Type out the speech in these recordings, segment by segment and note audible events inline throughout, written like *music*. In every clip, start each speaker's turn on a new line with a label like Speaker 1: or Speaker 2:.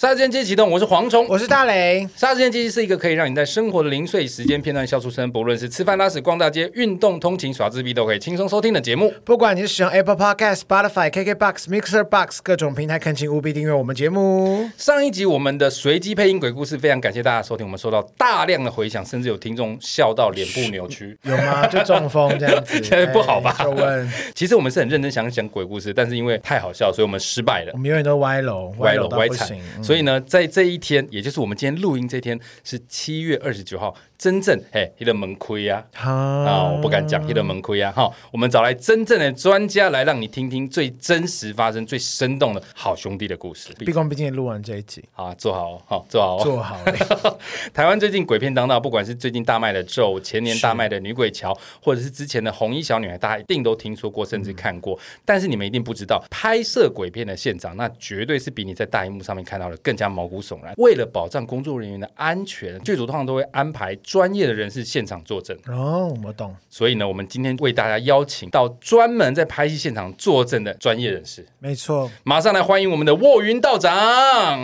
Speaker 1: 杀时间机器启动，我是蝗 *laughs* 虫。
Speaker 2: 我是大雷，
Speaker 1: 杀时间机器是一个可以让你在生活的零碎时间片段笑出声，不论是吃饭、拉屎、逛大街、运动、通勤、耍自闭，都可以轻松收听的节目。
Speaker 2: 不管你是使用 Apple Podcast、Spotify、KKBox、Mixer Box 各种平台，恳请务必订阅我们节目。
Speaker 1: 上一集我们的随机配音鬼故事，非常感谢大家收听，我们收到大量的回响，甚至有听众笑到脸部扭曲。
Speaker 2: 有
Speaker 1: *laughs*
Speaker 2: 吗？就中风这样子，
Speaker 1: 现在不好吧
Speaker 2: 哎就问，
Speaker 1: 其实我们是很认真想讲鬼故事，但是因为太好笑，所以我们失败了
Speaker 2: 我。们永远都歪楼，
Speaker 1: 歪
Speaker 2: 楼
Speaker 1: 楼
Speaker 2: 到
Speaker 1: 歪
Speaker 2: 不
Speaker 1: 惨
Speaker 2: 行。，嗯
Speaker 1: 所以呢，在这一天，也就是我们今天录音这天，是七月二十九号，真正哎，一个门亏呀、
Speaker 2: 好
Speaker 1: 啊，我不敢讲黑的门亏啊！哈，我们找来真正的专家来让你听听最真实发生、最生动的好兄弟的故事。
Speaker 2: 毕恭毕敬地录完这一集，
Speaker 1: 好、啊，坐好哦，好，坐好、哦。
Speaker 2: 做好了。
Speaker 1: *laughs* 台湾最近鬼片当道，不管是最近大卖的《咒》，前年大卖的《女鬼桥》，或者是之前的《红衣小女孩》，大家一定都听说过，甚至看过。但是你们一定不知道，拍摄鬼片的现场，那绝对是比你在大荧幕上面看到的更加毛骨悚然。为了保障工作人员的安全，剧组通常都会安排专业的人士现场作证。
Speaker 2: 哦，我懂。
Speaker 1: 所以呢，我们今天为大家邀请到专门在拍戏现场作证的专业人士，
Speaker 2: 没错，
Speaker 1: 马上来欢迎我们的卧云道长。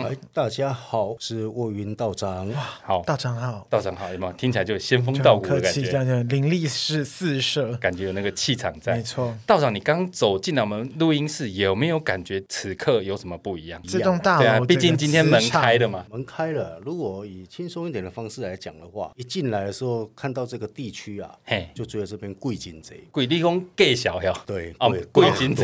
Speaker 3: 哎，大家好，是卧云道长。
Speaker 1: 好，
Speaker 2: 大长好，
Speaker 1: 道长好，有没有听起来就有仙风
Speaker 2: 就
Speaker 1: 道
Speaker 2: 很
Speaker 1: 骨
Speaker 2: 客
Speaker 1: 的感
Speaker 2: 气，这
Speaker 1: 觉？
Speaker 2: 样就灵力是四射，
Speaker 1: 感觉有那个气场在
Speaker 2: 没。错。
Speaker 1: 道长，你刚走进了我们录音室，有没有感觉此刻有什么不一样？
Speaker 2: 这栋大
Speaker 1: 对啊
Speaker 2: 楼，，
Speaker 1: 毕竟今天门开
Speaker 2: 的，
Speaker 1: 的嘛。
Speaker 3: 门开了，如果以轻松一点的方式来讲的话，一进来的时候看到这个地区啊，
Speaker 1: 嘿，
Speaker 3: 就觉得这边贵金贼。
Speaker 1: 鬼地公盖小哟，
Speaker 3: 对
Speaker 1: 哦
Speaker 3: 贵，
Speaker 1: 贵
Speaker 3: 贵
Speaker 1: 金子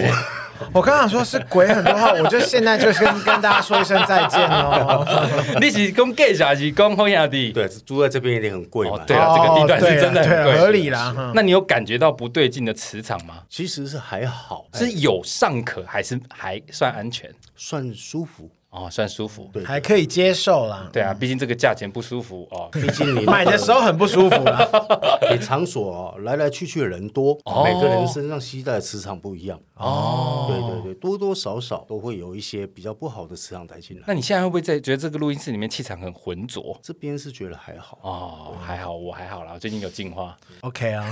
Speaker 3: 很。
Speaker 2: 我刚想说是鬼很多号，我就现在就是跟跟大家说一声再见
Speaker 1: *laughs*
Speaker 2: 哦。
Speaker 1: *laughs* 你是讲盖小还是讲好兄弟？
Speaker 3: 对，住在这边一定很贵嘛。
Speaker 1: 哦对啊这个地段是
Speaker 2: 哦对啊
Speaker 1: 真的很
Speaker 2: 对啊
Speaker 1: 贵
Speaker 2: 合理啦。哈
Speaker 1: 那你有感觉到不对劲的磁场吗？
Speaker 3: 其实是还好，
Speaker 2: 哎
Speaker 3: 哎
Speaker 1: 是有尚可，还是还算安全？
Speaker 3: 算舒服。
Speaker 1: 哦，算舒服。
Speaker 3: 对，
Speaker 2: 还可以接受啦。
Speaker 1: 对啊，毕竟这个价钱不舒服哦。
Speaker 3: 毕
Speaker 1: *laughs*
Speaker 3: 竟你
Speaker 2: 买的时候很不舒服啦，
Speaker 3: 你场所、哦、来来去去的人多，
Speaker 1: 哦
Speaker 3: 每个人身上携带的磁场不一样。哦，对对对，多多少少都会有一些比较不好的磁场带进来。
Speaker 1: 那你现在会不会在觉得这个录音室里面气场很浑浊？
Speaker 3: 这边是觉得还好。
Speaker 1: 哦，还好，我还好啦，我最近有进化。
Speaker 2: OK 啊，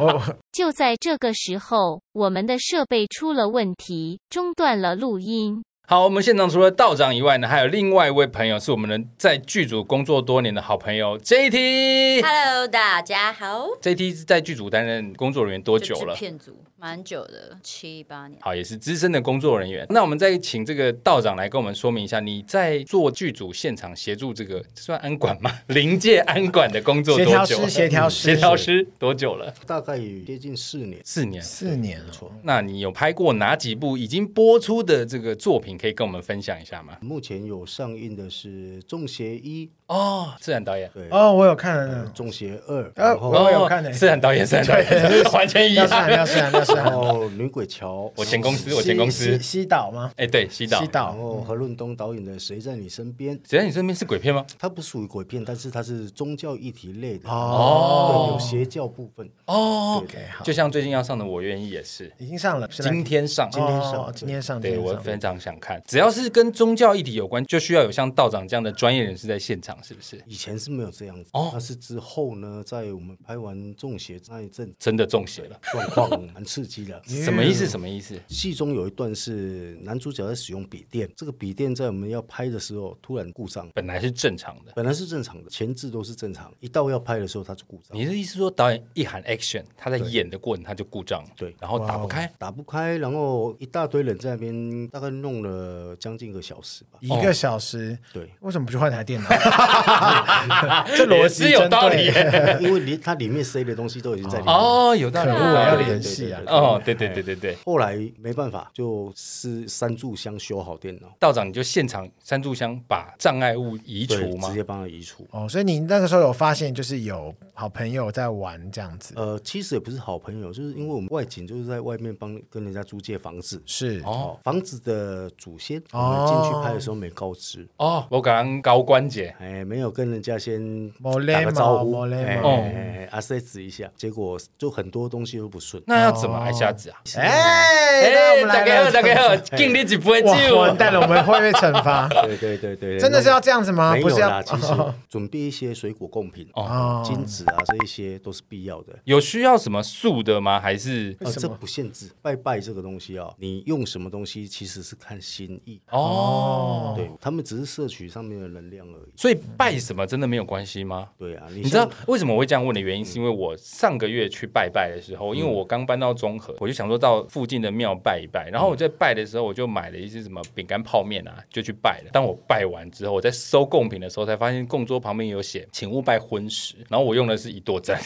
Speaker 2: 我
Speaker 4: 就在这个时候，我们的设备出了问题，中断了录音。
Speaker 1: 好，我们现场除了道长以外呢，还有另外一位朋友，是我们的在剧组工作多年的好朋友 JT。
Speaker 5: Hello，大家好。
Speaker 1: JT 在剧组担任工作人员多久
Speaker 5: 这
Speaker 1: 了
Speaker 5: 支？片组蛮久的，七八年。
Speaker 1: 好，也是资深的工作人员。那我们再请这个道长来跟我们说明一下，你在做剧组现场协助这个这算安管吗？ *laughs* 临界安管的工作
Speaker 2: 协
Speaker 1: 多
Speaker 2: 调
Speaker 1: 久
Speaker 2: 师，
Speaker 1: 了？
Speaker 2: 协调
Speaker 1: *laughs* 协
Speaker 2: 师，
Speaker 1: 调师多久了？
Speaker 3: 大概有接近四年。
Speaker 1: 四年。
Speaker 2: 四年了。
Speaker 1: 那你有拍过哪几部已经播出的这个作品，可以跟我们分享一下吗？
Speaker 3: 目前有上映的是《中邪一
Speaker 1: 哦，自然导演》，，
Speaker 3: 对，
Speaker 2: 哦，我有看了
Speaker 1: *laughs*
Speaker 2: 呢
Speaker 3: 《中邪二》，
Speaker 2: 呃
Speaker 3: 然
Speaker 2: 我
Speaker 3: 后
Speaker 2: 哦有看欸
Speaker 1: 自然导演，自然导演， *laughs* 完全一
Speaker 2: 要看，
Speaker 1: 样。
Speaker 2: 要看，要
Speaker 3: 然
Speaker 2: 看。
Speaker 3: 后《女鬼桥》，
Speaker 1: *laughs* 我前公司，我
Speaker 2: 西
Speaker 1: 前公
Speaker 2: 西
Speaker 1: 司，
Speaker 2: 西岛吗？
Speaker 1: 哎，对，西岛
Speaker 2: 西。
Speaker 3: 然
Speaker 2: 岛
Speaker 3: 后何润东导演的《谁在你身边》，
Speaker 1: 只要你身边是鬼片吗？
Speaker 3: 它不属于鬼片，但是它是宗教议题类的，对有
Speaker 1: 哦
Speaker 3: 邪教部分。
Speaker 1: 哦，
Speaker 2: ，OK，好，
Speaker 1: 就像最近要上的《我愿意》也是，
Speaker 2: 已经上了，是吧
Speaker 1: 今天上，
Speaker 2: 今天
Speaker 3: 上
Speaker 2: 上，今天上，
Speaker 1: 对
Speaker 2: 今天
Speaker 1: 我哦
Speaker 2: 上
Speaker 1: 非常想看，只要是跟宗教议题有关，就需要有像道长这样的专业人士在现场，是不是？
Speaker 3: 以前是没有这样子
Speaker 1: 哦，
Speaker 3: 但是之后呢，在我们拍完《中邪》那一阵，
Speaker 1: 真的中邪了，
Speaker 3: 状况蛮刺激
Speaker 1: *laughs*
Speaker 3: 的。
Speaker 1: 什么意
Speaker 2: 嗯
Speaker 1: 思？什么意思？
Speaker 3: 戏中有一段是男主角在使用笔电，这个笔电在我们要拍的时候突然故障，
Speaker 1: 本来是正常的。
Speaker 3: 本来是正常的，前置都是正常，一到要拍的时候它就故障，
Speaker 1: 你的意思说，导演一喊 action，他在演的过程他就故障，
Speaker 3: 对
Speaker 1: 然后
Speaker 2: 哦
Speaker 1: 打不开，
Speaker 3: 打不开，然后一大堆人在那边，大概弄了将近一个小时吧。
Speaker 2: 一个小时，，
Speaker 1: *laughs*
Speaker 3: 对
Speaker 2: 为什么不去换台电脑？这逻辑
Speaker 1: 也是有道理
Speaker 2: 真对。
Speaker 3: 因为里它里面塞的东西都已经在里面。
Speaker 1: *laughs* 哦，有道理，
Speaker 2: 可恶啊
Speaker 1: 有道
Speaker 2: 要
Speaker 1: 理
Speaker 2: 联系啊！
Speaker 1: 哦，对对对对对，
Speaker 3: 后来没办法，就是三炷香修好电脑，
Speaker 1: 道长你就现场三炷香把障碍物移
Speaker 3: 对
Speaker 1: 除吗
Speaker 3: 直？接帮他移除。
Speaker 2: 哦，所以你那个时候有发现，就是有好朋友在玩这样子，
Speaker 3: 呃，其实也不是好朋友，就是因为我们外景就是在外面帮跟人家租借房子，
Speaker 2: 是
Speaker 1: 哦
Speaker 3: 房子的祖先，我
Speaker 2: 哦
Speaker 3: 们进去拍的时候没告知，
Speaker 1: 哦，我刚刚高关节，
Speaker 3: 哎、哎，没有跟人家先
Speaker 2: 没礼貌
Speaker 3: 打个招呼，
Speaker 2: 没礼
Speaker 3: 哎
Speaker 1: 哦
Speaker 2: 貌
Speaker 3: 哎，assess 一下，结果就很多东西都不顺。
Speaker 1: 那要怎么挨下子啊？
Speaker 2: 哦哎，那我们
Speaker 1: 大家
Speaker 2: 来聊
Speaker 1: 好，大家好，敬你几杯
Speaker 2: 哇，
Speaker 1: 酒哦
Speaker 2: 完。蛋了，我们会被惩
Speaker 1: *laughs*
Speaker 2: 罚。
Speaker 3: 对对对对，
Speaker 2: 真的是要这样子吗？
Speaker 3: 没
Speaker 2: 不
Speaker 3: 有
Speaker 2: 是
Speaker 3: 啦，
Speaker 2: 要
Speaker 3: 其实准备一些水果贡品
Speaker 2: 哦
Speaker 3: 哦，金子啊，这一些都是必要的。
Speaker 1: 有需要什么素的吗？还是
Speaker 3: 呃，这不限制拜拜这个东西啊，你用什么东西其实是看心意，
Speaker 1: 哦？
Speaker 3: 对他们只是摄取上面的能量而已。
Speaker 1: 所以拜什么真的没有关系吗？
Speaker 3: 对啊，你
Speaker 1: 你知道
Speaker 3: 像
Speaker 1: 为什么我会这样问的原因，是因为我上个月去拜拜的时候，因为我刚搬到中和，我就想说到附近的庙拜一拜。然后我在拜的时候，我就买了一些什么饼干、泡面啊，就去拜了。当我拜完之后，我在收贡品的时候，才发现供桌旁边有写“请勿拜荤食”，然后我用的是一剁赞，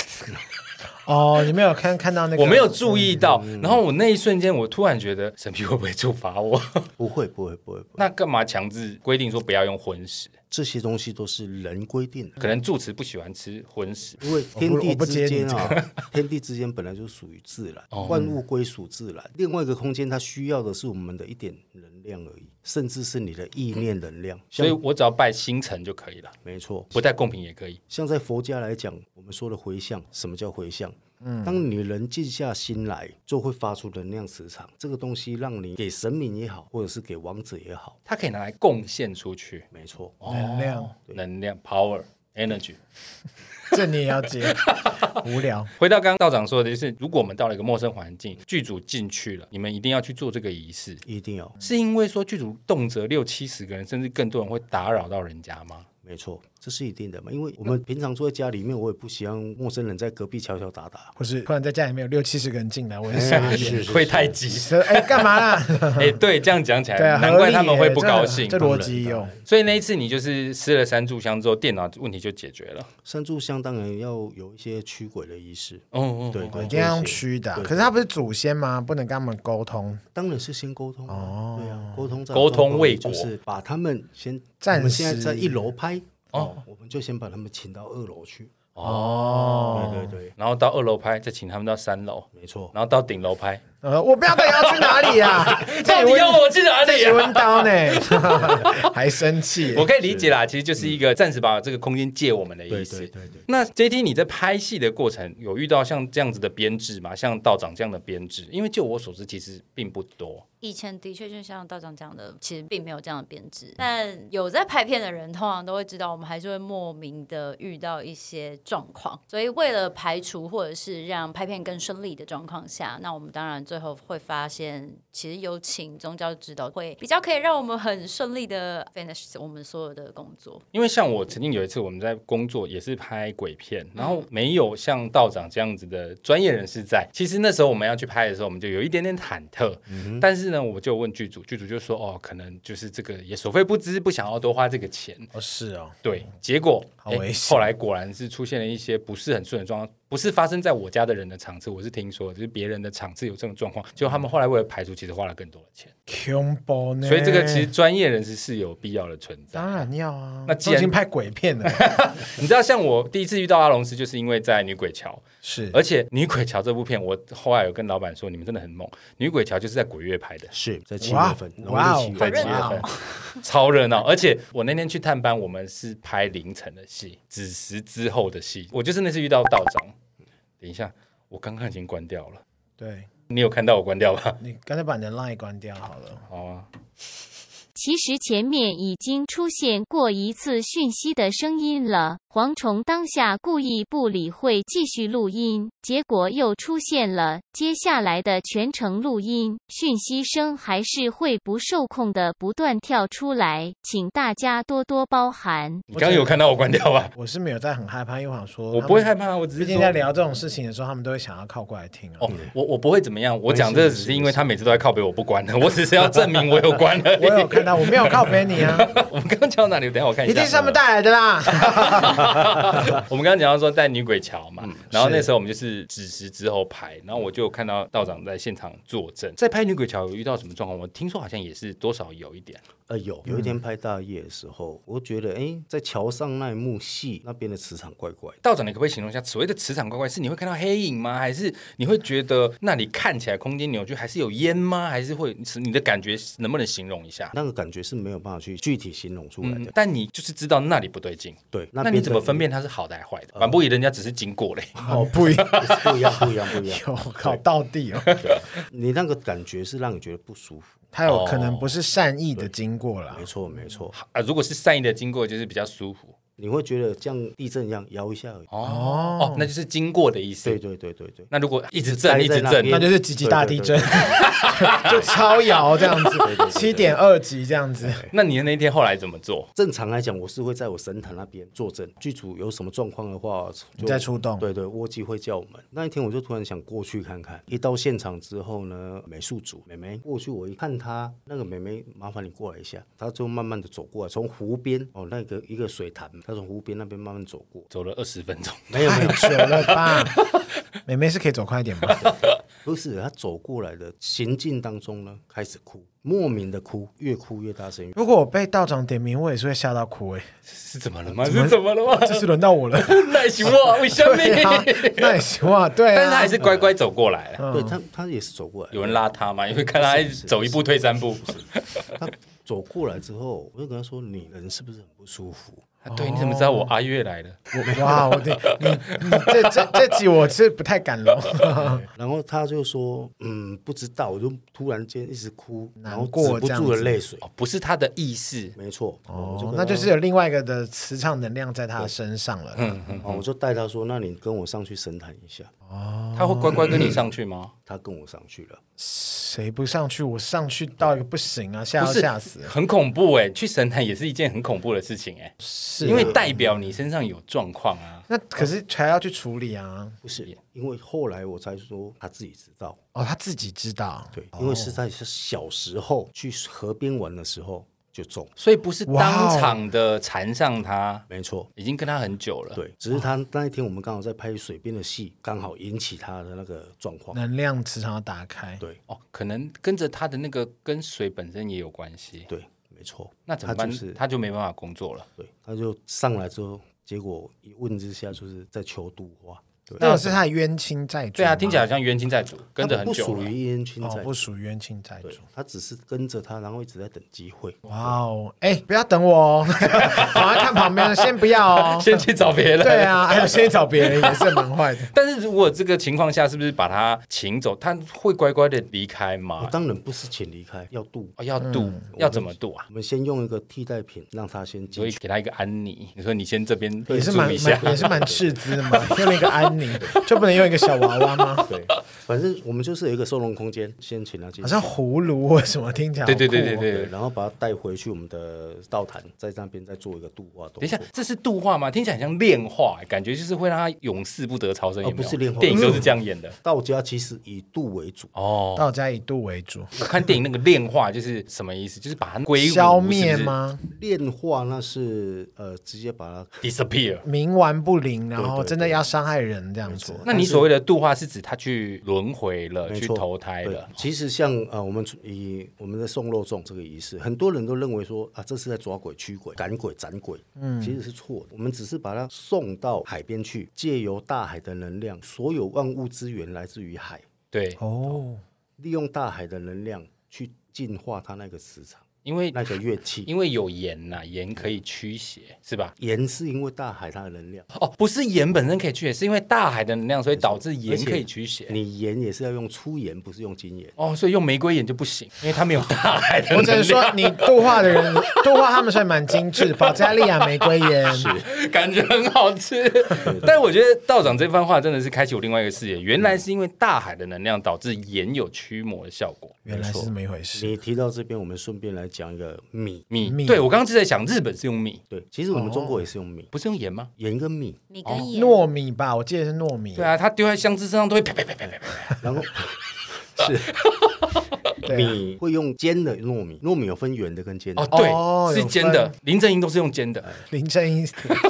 Speaker 2: 哦，你没有看看到那个？
Speaker 1: 我没有注意到。然后我那一瞬间，我突然觉得神明会不会处罚我？ *laughs*
Speaker 3: 不会不会不会，不会
Speaker 1: 那干嘛强制规定说不要用荤食？
Speaker 3: 这些东西都是人规定的。
Speaker 1: 可能住持不喜欢吃荤食。
Speaker 3: 因为天
Speaker 2: 哦我
Speaker 3: 地
Speaker 2: 不
Speaker 3: 之间
Speaker 2: 我
Speaker 3: 啊， *laughs* 天地之间本来就属于自然，
Speaker 2: 哦
Speaker 3: 万物归属自然。另外一个空间，它需要的是我们的一点能量而已，甚至是你的意念能
Speaker 2: 嗯
Speaker 3: 量。
Speaker 1: 所以
Speaker 3: 像
Speaker 1: 我只要拜星辰就可以了，
Speaker 3: 没错，
Speaker 1: 不带贡品也可以。
Speaker 3: 像在佛家来讲，我们说的回向，什么叫回向？嗯，当你人静下心来，就会发出能量磁场。这个东西让你给神明也好，或者是给王者也好，
Speaker 1: 它可以拿来贡献出去，
Speaker 3: 没错。
Speaker 2: 能量，
Speaker 1: 能量 power。energy。
Speaker 2: 这你也要
Speaker 1: *laughs*
Speaker 2: 接，无聊。
Speaker 1: 回到刚刚道长说的，就是如果我们到了一个陌生环境，剧组进去了，你们一定要去做这个仪式，
Speaker 3: 一定要，
Speaker 1: 是因为说剧组动辄六七十个人，甚至更多人会打扰到人家吗？
Speaker 3: 没错，这是一定的嘛。因为我们平常坐在家里面，我也不希望陌生人在隔壁敲敲打打。
Speaker 2: 不是，突然在家里面有六七十个人进来，我是
Speaker 1: 哎
Speaker 2: 傻
Speaker 1: *laughs*
Speaker 2: 眼。
Speaker 3: 是
Speaker 1: 会太
Speaker 2: *laughs*
Speaker 1: 急？
Speaker 2: 说哎，干嘛啦？
Speaker 1: *laughs* 哎、对，这样讲起来，
Speaker 2: 对啊，
Speaker 1: 难
Speaker 2: 合
Speaker 1: 怪
Speaker 2: 理
Speaker 1: 他们啊
Speaker 2: 耶
Speaker 1: 会不
Speaker 2: 这个
Speaker 1: 高兴。
Speaker 2: 这逻辑有。
Speaker 1: 所以那一次你就是吃了三炷香之后，电脑问题就解决了。
Speaker 3: 三炷香当然要有一些驱鬼的仪式，
Speaker 1: 哦哦，
Speaker 3: 对对，
Speaker 2: 一定要用
Speaker 3: 做一些
Speaker 2: 虚的啊，
Speaker 3: 对
Speaker 2: 可是他不是祖先吗？不能跟他们沟通，
Speaker 3: 当然是先沟通哦，对啊，沟通再
Speaker 1: 沟通未果
Speaker 3: 就是把他们先
Speaker 2: 暂时
Speaker 3: 我们现在在一楼拍哦，我们就先把他们请到二楼去哦，对对对，
Speaker 1: 然后到二楼拍，再请他们到三楼，
Speaker 3: 没错，
Speaker 1: 然后到顶楼拍。
Speaker 2: 呃，我不要，到底要去哪里呀、啊？
Speaker 1: *laughs* 到底要我去哪里
Speaker 2: 这
Speaker 1: 啊？
Speaker 2: 温刀呢？ *laughs* 还生气？
Speaker 1: 我可以理解啦，其实就是一个暂时把这个空间借我们的意
Speaker 3: 对
Speaker 1: 思。
Speaker 3: 对对对。
Speaker 1: 那 J T，你在拍戏的过程有遇到像这样子的编制吗？像道长这样的编制？因为就我所知，其实并不多。
Speaker 5: 以前的确就像道长讲的，其实并没有这样的编制，但有在拍片的人通常都会知道，我们还是会莫名的遇到一些状况，所以为了排除或者是让拍片更顺利的状况下，那我们当然最后会发现，其实有请宗教指导会比较可以让我们很顺利的 finish 我们所有的工作。
Speaker 1: 因为像我曾经有一次，我们在工作也是拍鬼片，然后没有像道长这样子的专业人士在。其实那时候我们要去拍的时候，我们就有一点点忐忑。
Speaker 3: 嗯
Speaker 1: 但是呢，我就问剧组，剧组就说：“哦，可能就是这个也所费不知，不想要多花这个钱。”
Speaker 2: 哦，是哦，
Speaker 1: 对，结果
Speaker 2: 好
Speaker 1: 诶
Speaker 2: 危险
Speaker 1: 后来果然是出现了一些不是很顺的状况，不是发生在我家的人的场次，我是听说的，就是别人的场次有这种状况，结果他们后来为了排除，其实花了更多的钱，
Speaker 2: 恐怖呢。
Speaker 1: 所以这个其实专业人士是有必要的存在。
Speaker 2: 哎当然要啊，
Speaker 1: 那既
Speaker 2: 都已
Speaker 1: 然
Speaker 2: 经拍鬼片了，
Speaker 1: *laughs* 你知道，像我第一次遇到阿龙斯，就是因为在《女鬼桥》，
Speaker 2: 是
Speaker 1: 而且《女鬼桥》这部片，我后来有跟老板说，你们真的很猛，《女鬼桥》就是在鬼月拍的。
Speaker 3: 是在七
Speaker 2: 哇
Speaker 3: 月份，农
Speaker 2: 哇哦
Speaker 3: 历七月
Speaker 1: 在
Speaker 3: 份
Speaker 1: 七月
Speaker 5: 好
Speaker 1: 份，超热
Speaker 2: *laughs*
Speaker 1: 闹。而且我那天去探班，我们是拍凌晨的戏，子时之后的戏。我就是那次遇到道长。等一下，我刚刚已经关掉了，
Speaker 2: 对
Speaker 1: 你有看到我关掉吧？
Speaker 2: 你刚才把你的 line 关掉好了。
Speaker 1: *laughs* 好啊。
Speaker 4: 其实前面已经出现过一次讯息的声音了。蝗虫当下故意不理会，继续录音，结果又出现了。接下来的全程录音，讯息声还是会不受控的不断跳出来，请大家多多包涵。
Speaker 1: 你刚刚有看到我关掉吧？
Speaker 2: 我是没有在很害怕，因为我想说
Speaker 1: 我不会
Speaker 2: 他们
Speaker 1: 害怕，啊我只
Speaker 2: 毕
Speaker 1: 是
Speaker 2: 竟在
Speaker 1: 说。
Speaker 2: 聊这种事情的时候，他们都会想要靠过来听啊。
Speaker 1: 哦，我我不会怎么样，我讲这个只是因为他每次都在靠北，我不关的， *laughs* 我只是要证明 *laughs* 我有关而已
Speaker 2: 我有看到，我没有靠北
Speaker 1: *laughs*
Speaker 2: 你啊，
Speaker 1: 我们刚刚讲到哪里？哎等一下我看一
Speaker 2: 一
Speaker 1: 下。
Speaker 2: 定是他们带来的啦。
Speaker 1: 我们刚刚讲到说在女鬼桥嘛，然后
Speaker 2: 是
Speaker 1: 那时候我们嗯就是子时之后排，然后我就有看到道长在现场作证，在拍女鬼桥有遇到什么状况？我听说好像也是多少有一点，
Speaker 3: 呃，有
Speaker 2: 嗯
Speaker 3: 有一天拍大夜的时候，我觉得哎，在桥上那一幕戏那边的磁场怪怪的，
Speaker 1: 道长你可不可以形容一下所谓的磁场怪怪？是你会看到黑影吗？还是你会觉得那里看起来空间扭曲，还是有烟吗？还是会是你的感觉能不能形容一下？
Speaker 3: 那个个感觉是没有办法去具体形容出来的。
Speaker 1: 嗯，但你就是知道那里不对劲，
Speaker 3: 对，
Speaker 1: 那
Speaker 3: 边
Speaker 1: 你
Speaker 3: 的
Speaker 1: 怎么分辨它是好的还是坏的？反不以人家只是经过嘞， *laughs*
Speaker 2: 哦， *laughs* 不一样，
Speaker 3: *laughs* 不一样？不一样，不一
Speaker 2: *laughs*
Speaker 3: 样。
Speaker 2: 我靠，到地哦，
Speaker 3: 你那个感觉是让你觉得不舒服。
Speaker 2: 他有可能不是善意的经过啦
Speaker 3: 没。错，没错，
Speaker 1: 啊，如果是善意的经过，就是比较舒服。
Speaker 3: 你会觉得像地震一样摇一下而已。
Speaker 1: 哦哦，那就是经过的意思
Speaker 3: 对。对对对对，
Speaker 1: 那如果一直
Speaker 3: 待
Speaker 1: 震，一
Speaker 3: 在
Speaker 1: 直
Speaker 3: 那
Speaker 1: 震，
Speaker 2: 那
Speaker 3: 边
Speaker 2: 就是几级大地震，哦就超摇这样子，七点二级这样子。
Speaker 1: 那你那天后来怎么做？
Speaker 3: 正常来讲，我是会在我神坛那边坐镇。剧组有什么状况的话，
Speaker 2: 你
Speaker 3: 就
Speaker 2: 再出动
Speaker 3: 对对，沃基会叫我们。那一天我就突然想过去看看。一到现场之后呢，美术组美眉过去，我一看她那个美眉，麻烦你过来一下。她就慢慢的走过来，从湖边哦那个一个水潭，她从湖边那边慢慢走过。
Speaker 1: 走了二十分钟，
Speaker 3: 没有没
Speaker 2: 太
Speaker 3: 有，
Speaker 2: 久
Speaker 1: *laughs*
Speaker 2: 了吧？啊妹妹是可以走快一点吗？
Speaker 3: 不是她走过来的行进当中呢，开始哭，莫名的哭，越哭越大声。越
Speaker 2: 如果我被道长点名，我也是会吓到哭哎、
Speaker 1: 是怎么了吗？是怎么了 *laughs* 吗？
Speaker 2: 这次轮到我了，
Speaker 1: 耐心哇，为什么？*laughs*
Speaker 2: 对啊，那也行啊，对啊，
Speaker 1: 但是他还是乖乖走过来
Speaker 2: 嗯
Speaker 1: 了。
Speaker 3: 对她，她也是走过来。
Speaker 1: 有人拉他吗？因为看他一直走一步退三步，
Speaker 3: 他走过来之后，我就跟他说：“你人是不是很不舒服
Speaker 1: 啊对，你怎么知道我阿月来了？
Speaker 2: 我哇，我的你你这这这集我是不太敢了，？”
Speaker 3: 然后他就说：“嗯，不知道。”我就突然间一直哭，然后
Speaker 2: 难过
Speaker 3: 止不住的泪水。
Speaker 1: 哦，不是他的意识，
Speaker 3: 没错，我
Speaker 2: 哦
Speaker 3: 就跟，他
Speaker 2: 那就是有另外一个的磁场能量在他身上了。
Speaker 1: 嗯
Speaker 3: 哦，我就带他说：“那你跟我上去神坛一下。
Speaker 1: 他会乖乖跟你上去吗？”
Speaker 3: 他跟我上去了，
Speaker 2: 谁不上去，我上去到一个不行啊，吓
Speaker 1: 不
Speaker 2: 都
Speaker 1: 是
Speaker 2: 吓死。
Speaker 1: 很恐怖哎、去神坛也是一件很恐怖的事情哎、
Speaker 2: 是
Speaker 1: 因为代表你身上有状况啊。
Speaker 2: 那可是还要去处理啊。
Speaker 3: 不是因为后来我才说他自己知道，
Speaker 2: 哦，他自己知道。
Speaker 3: 对，因为是在小时候去河边玩的时候就中，
Speaker 1: 所以不是
Speaker 2: 哇
Speaker 1: 当
Speaker 2: 哦
Speaker 1: 场的缠上他，
Speaker 3: 没错。
Speaker 1: 已经跟他很久了。，
Speaker 3: 对，只是他那一天我们刚好在拍水边的戏，刚好引起他的那个状况。
Speaker 2: 能量磁场要打开。
Speaker 3: 对
Speaker 1: 哦，可能跟着他的那个跟水本身也有关系。
Speaker 3: 对，没错。
Speaker 1: 那怎么办？
Speaker 3: 他
Speaker 1: 他
Speaker 3: 就
Speaker 1: 就是没办法工作了。
Speaker 3: 对，他就上来之后，结果一问之下就是在求度化，对，
Speaker 2: 那个是他的冤亲债主。
Speaker 1: 对啊，听起来好像冤亲债主，跟着
Speaker 3: 他
Speaker 1: 很
Speaker 3: 不
Speaker 1: 久
Speaker 3: 属
Speaker 1: 了。
Speaker 3: 于冤亲
Speaker 2: 哦
Speaker 3: 债，
Speaker 2: 不
Speaker 3: 主，
Speaker 2: 属于冤亲债主。
Speaker 3: 他只是跟着他，然后一直在等机会。
Speaker 2: 哇哦，哎，不要等
Speaker 1: *laughs*
Speaker 2: 我哦，赶快看旁边的，先不要哦。
Speaker 1: 先去找别人。
Speaker 2: 对啊，还有先找别人也是蛮坏的。
Speaker 1: 但是如果这个情况下，是不是把他请走，他会乖乖的离开吗
Speaker 3: 我？当然不是请离开，要度。
Speaker 1: 哦，要渡，要怎么渡啊？
Speaker 3: 我们先用一个替代品让他先
Speaker 1: 所
Speaker 3: 进
Speaker 1: 以
Speaker 3: 去。
Speaker 1: 给他一个安妮，你说你先这边
Speaker 2: 也是蛮
Speaker 1: 注意一下
Speaker 2: 蛮，
Speaker 1: *laughs*
Speaker 2: 也是蛮斥资的嘛，用了一个安妮，就不能用一个小娃娃吗？
Speaker 3: 对，反正我们就是有一个收容空间，先请他进
Speaker 2: 好
Speaker 3: 去。
Speaker 2: 像葫芦或什么，听起来好
Speaker 1: 对对对
Speaker 2: 酷
Speaker 1: 对
Speaker 2: 哦
Speaker 1: 对
Speaker 3: 对，
Speaker 1: 对。
Speaker 3: 然后把他带回去我们的道坛，在那边再做一个度化动
Speaker 1: 等一下
Speaker 3: 作。，
Speaker 1: 这是度化吗？听起来很像炼化，感觉就是会让他永世不得超生。有
Speaker 3: 哦
Speaker 1: 没有
Speaker 3: 不是炼化
Speaker 1: 电影都是这样演的。
Speaker 3: 道家其实以度为主，
Speaker 1: 哦，
Speaker 2: 道家以度为主，
Speaker 1: 我看电影那个炼化就是什么意思？就是把它归五
Speaker 2: 消灭？
Speaker 1: 是
Speaker 2: 吗？
Speaker 3: 炼化那是呃直接把它
Speaker 1: 不是？Disappear。
Speaker 2: 冥顽不灵，然
Speaker 3: 对
Speaker 2: 后
Speaker 3: 对
Speaker 2: 真的要伤害人这样子。
Speaker 1: 那你所谓的度化是指他去轮回了，
Speaker 3: 没
Speaker 1: 去
Speaker 3: 错
Speaker 1: 投胎
Speaker 3: 对
Speaker 1: 了？
Speaker 3: 其实像呃，我们以我们的送肉粽这个仪式，很多人都认为说啊，这是在抓鬼、驱鬼、赶鬼、斩鬼，嗯，其实是错的。我们只是把它送到海边去，借由大海的能量，所有万物资源来自于海，
Speaker 1: 对，
Speaker 2: 哦，
Speaker 3: 利用大海的能量去净化它那个磁场、
Speaker 1: 因为
Speaker 3: 那个乐器。
Speaker 1: 哎因为有盐呐、盐可以驱邪，是吧？
Speaker 3: 盐是因为大海它的能量，
Speaker 1: 哦，不是盐本身可以驱邪，是因为大海的能量，所以导致盐可以驱邪。
Speaker 3: 你盐也是要用粗盐，不是用精盐。
Speaker 1: 哦，所以用玫瑰盐就不行，因为它没有大海的能
Speaker 2: *laughs*
Speaker 1: 量。
Speaker 2: 我只能说，你度化
Speaker 1: *laughs*
Speaker 2: 的人，度化他们算蛮精致，保加利亚玫瑰盐。
Speaker 1: 感觉很好吃。但我觉得道长这番话真的是开启我另外一个视野，原来是因为大海的能量导致盐有驱魔的效果。
Speaker 2: 原来是这么一回事。
Speaker 3: 你提到这边，我们顺便来讲一个米。
Speaker 1: 米，
Speaker 2: 米
Speaker 1: 对我刚刚是在想，日本是用米，
Speaker 3: 对，其实我们中
Speaker 2: 哦
Speaker 3: 国也是用米，
Speaker 1: 不是用盐吗？
Speaker 3: 盐
Speaker 2: *laughs*
Speaker 3: 跟米，
Speaker 5: 米跟盐，
Speaker 2: 糯米吧，我记得是糯米。
Speaker 1: 对啊，它丢在箱子身上都会啪啪啪啪啪啪。
Speaker 3: 然后是
Speaker 2: 对啊，
Speaker 3: 米会用煎的糯米，糯米有分圆的跟尖的，
Speaker 1: 哦，
Speaker 2: 哦
Speaker 1: 对，是
Speaker 2: 有
Speaker 1: 煎的。林正英都是用煎的，
Speaker 2: 林正
Speaker 1: *laughs*
Speaker 2: 英，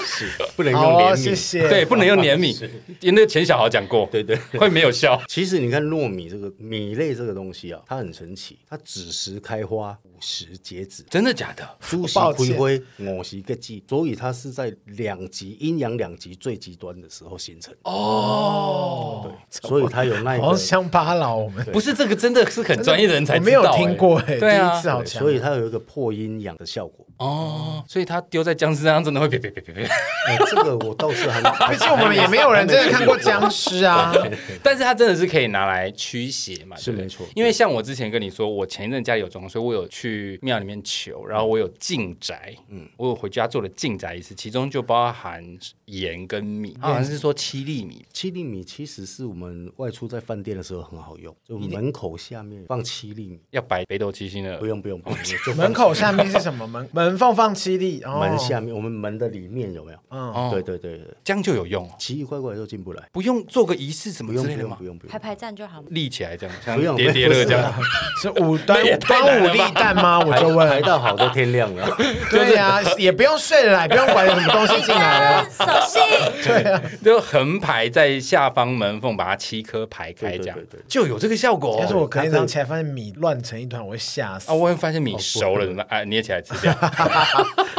Speaker 3: *laughs* 不能用
Speaker 2: 哦，
Speaker 3: 连米。
Speaker 2: 谢谢。
Speaker 1: 对，，不能用黏米。因为钱小豪讲过，
Speaker 3: 对对。
Speaker 1: 会没有效。
Speaker 3: 其实你看糯米这个米类这个东西啊，它很神奇，它子时开花，午时截止，
Speaker 1: 真的假的？
Speaker 3: 诸时
Speaker 2: 抱
Speaker 3: 归
Speaker 2: 歉
Speaker 3: 灰，午时各季，所以它是在两极阴阳两极最极端的时候形成。哦，对，所以它有那一
Speaker 2: 哦好像
Speaker 3: 个。
Speaker 2: 乡巴佬我们。
Speaker 1: 不是这个，真的是很专业的人才
Speaker 2: 我
Speaker 1: 知道
Speaker 2: 没有
Speaker 1: 欸
Speaker 2: 听过哎，第
Speaker 1: 对啊
Speaker 2: 一次好
Speaker 3: 对
Speaker 2: 强，
Speaker 3: 所以它有一个破阴阳的效
Speaker 2: *laughs*
Speaker 3: 果。
Speaker 1: 哦，所以它丢在僵尸身上真的会别别别 *laughs* 别别，
Speaker 3: 呃，这个我倒是还
Speaker 2: *laughs* 毕竟我们也没有人真的看过
Speaker 3: *laughs*
Speaker 2: 僵
Speaker 1: *laughs*
Speaker 2: 尸啊，
Speaker 1: 但是它真的是可以拿来驱邪嘛，
Speaker 3: 是
Speaker 1: 对不对
Speaker 3: 没错
Speaker 1: 因为像我之前跟你说，我前一阵家里有装，所以我有去庙里面求，然后我有进宅，嗯，我有回家做了进宅一次，其中就包含盐跟米，好啊像是说七粒米，
Speaker 3: 七粒米其实是我们外出在饭店的时候很好用，就门口下面放七粒米，
Speaker 1: 要摆北斗七星的
Speaker 3: 不。用不用不用，就放
Speaker 2: 哦门口下面是什么门？门缝放七粒，哦
Speaker 3: 门下面我们门的里面有没有？
Speaker 2: 嗯，哦
Speaker 1: 哦
Speaker 3: 对对对对，
Speaker 1: 这样就有用哦，
Speaker 3: 奇奇怪怪都进不来，
Speaker 1: 不用做个仪式什
Speaker 3: 不
Speaker 1: 么之
Speaker 3: 用不
Speaker 1: 类的
Speaker 3: 用
Speaker 1: 吗
Speaker 3: 不？用不
Speaker 5: 排
Speaker 3: 用，
Speaker 5: 排站就好。
Speaker 1: *laughs* 立起来这样，
Speaker 3: 不
Speaker 1: 像
Speaker 3: 用
Speaker 1: 叠叠乐这样，
Speaker 2: 是五端
Speaker 1: 也太
Speaker 2: 端
Speaker 1: 难
Speaker 2: 午
Speaker 1: 了
Speaker 2: 立
Speaker 1: 吧
Speaker 2: 蛋吗？我就
Speaker 3: 排
Speaker 2: 问，
Speaker 3: 到好都天
Speaker 2: *laughs*
Speaker 3: 亮了，
Speaker 2: 对呀，也不用睡了啦，也不用管有什么东西进来
Speaker 1: *laughs* 啊
Speaker 2: 了。
Speaker 5: 手心，
Speaker 1: 就横排在下方门缝，把它七颗排开，这样
Speaker 3: 对对对对
Speaker 1: 就有这个效果哦。
Speaker 2: 但是我隔天早上起来发现米乱成一团，我会吓死
Speaker 1: 啊，。我会发
Speaker 2: 哦
Speaker 1: 现米熟了，怎么办？哎，捏起来吃掉。 *laughs*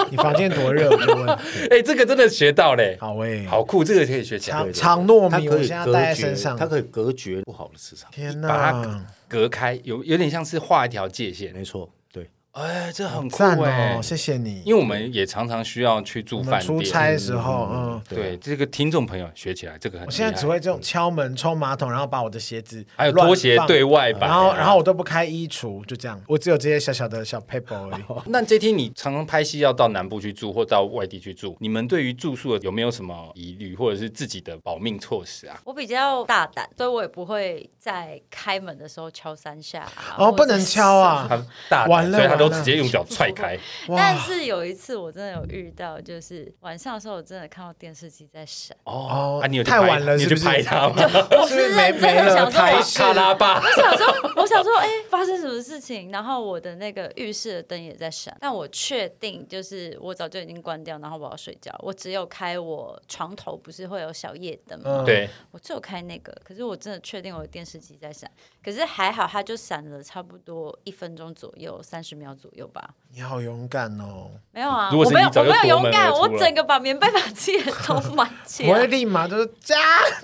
Speaker 2: 你房间多热？我就问。
Speaker 1: 哎，这个真的学到嘞，
Speaker 2: 好诶，
Speaker 1: 好酷，这个可以学起来，
Speaker 2: 长长糯
Speaker 3: 它
Speaker 2: 米，我
Speaker 3: 可以
Speaker 2: 现在带在
Speaker 3: 隔
Speaker 2: 身
Speaker 3: 绝，
Speaker 2: 上
Speaker 3: 它。可以隔绝不好的磁场，
Speaker 2: 天
Speaker 1: 把
Speaker 2: 哪
Speaker 1: 它，隔开，有有点像是画一条界限。
Speaker 3: 没错，对，
Speaker 1: 哎，这很酷
Speaker 2: 赞
Speaker 1: 哎
Speaker 2: 哦，！谢谢你。
Speaker 1: 因为我们也常常需要去住
Speaker 2: 我们
Speaker 1: 饭
Speaker 2: 出
Speaker 1: 店，
Speaker 2: 差的时候，嗯，
Speaker 1: 对这个听众朋友学起来，这个很
Speaker 2: 我
Speaker 1: 厉害。
Speaker 2: 现在只会这种敲门、冲马桶，然后把我的鞋子
Speaker 1: 还有
Speaker 2: 乱
Speaker 1: 拖鞋
Speaker 2: 放
Speaker 1: 对外摆啊
Speaker 2: 然后然后我都不开衣橱，就这样，我只有这些小小的小 paper 而已。
Speaker 1: 那这天你常常拍戏要到南部去住，或到外地去住，你们对于住宿有没有什么疑虑，或者是自己的保命措施啊？
Speaker 5: 我比较大胆，所以我也不会在开门的时候敲三下啊。
Speaker 2: 哦，
Speaker 5: 或者
Speaker 2: 不能敲
Speaker 5: *laughs*
Speaker 2: 啊！
Speaker 1: 他大
Speaker 2: 完
Speaker 1: 胆，
Speaker 2: 了
Speaker 1: 所以他都
Speaker 2: 完了
Speaker 1: 直接用脚踹开。
Speaker 5: 是！
Speaker 2: 哇
Speaker 5: 但是有一次我真的有遇到，就是晚上的时候，我真的看到电视机在闪，
Speaker 1: 哦啊，你有去
Speaker 2: 太
Speaker 1: 拍
Speaker 2: 晚了
Speaker 1: 你有
Speaker 2: 是
Speaker 1: 去
Speaker 2: 不是
Speaker 1: 拍他吗？ *laughs*
Speaker 5: 我
Speaker 2: 是不
Speaker 5: 是
Speaker 2: 是没
Speaker 5: 认真
Speaker 2: 没
Speaker 5: 的
Speaker 2: 了
Speaker 5: 想说
Speaker 2: 开
Speaker 5: 我
Speaker 2: 始
Speaker 1: 卡拉巴，
Speaker 5: 我想说，我想说，哎、发生什么事情？然后我的那个浴室的灯也在闪，但我确定就是我早就已经关掉，然后我要睡觉，我只有开我床头不是会有小夜灯吗？
Speaker 1: *laughs*
Speaker 2: 嗯
Speaker 1: 对，
Speaker 5: 我只有开那个，可是我真的确定我的电视机在闪，可是还好它就闪了差不多一分钟左右，三十秒左右吧。
Speaker 2: 你好勇敢哦！
Speaker 5: 没有啊，
Speaker 1: 如果
Speaker 5: 我
Speaker 1: 是
Speaker 5: 没有，
Speaker 1: 你早
Speaker 5: 我
Speaker 1: 就
Speaker 5: 没有
Speaker 1: 夺
Speaker 5: 勇
Speaker 1: 门
Speaker 5: 敢，
Speaker 1: 而出
Speaker 5: 我
Speaker 1: 了
Speaker 5: 整个把棉被把自己的头埋起
Speaker 1: *laughs*
Speaker 2: 我会
Speaker 5: 来。 *laughs*
Speaker 2: 立马就是加，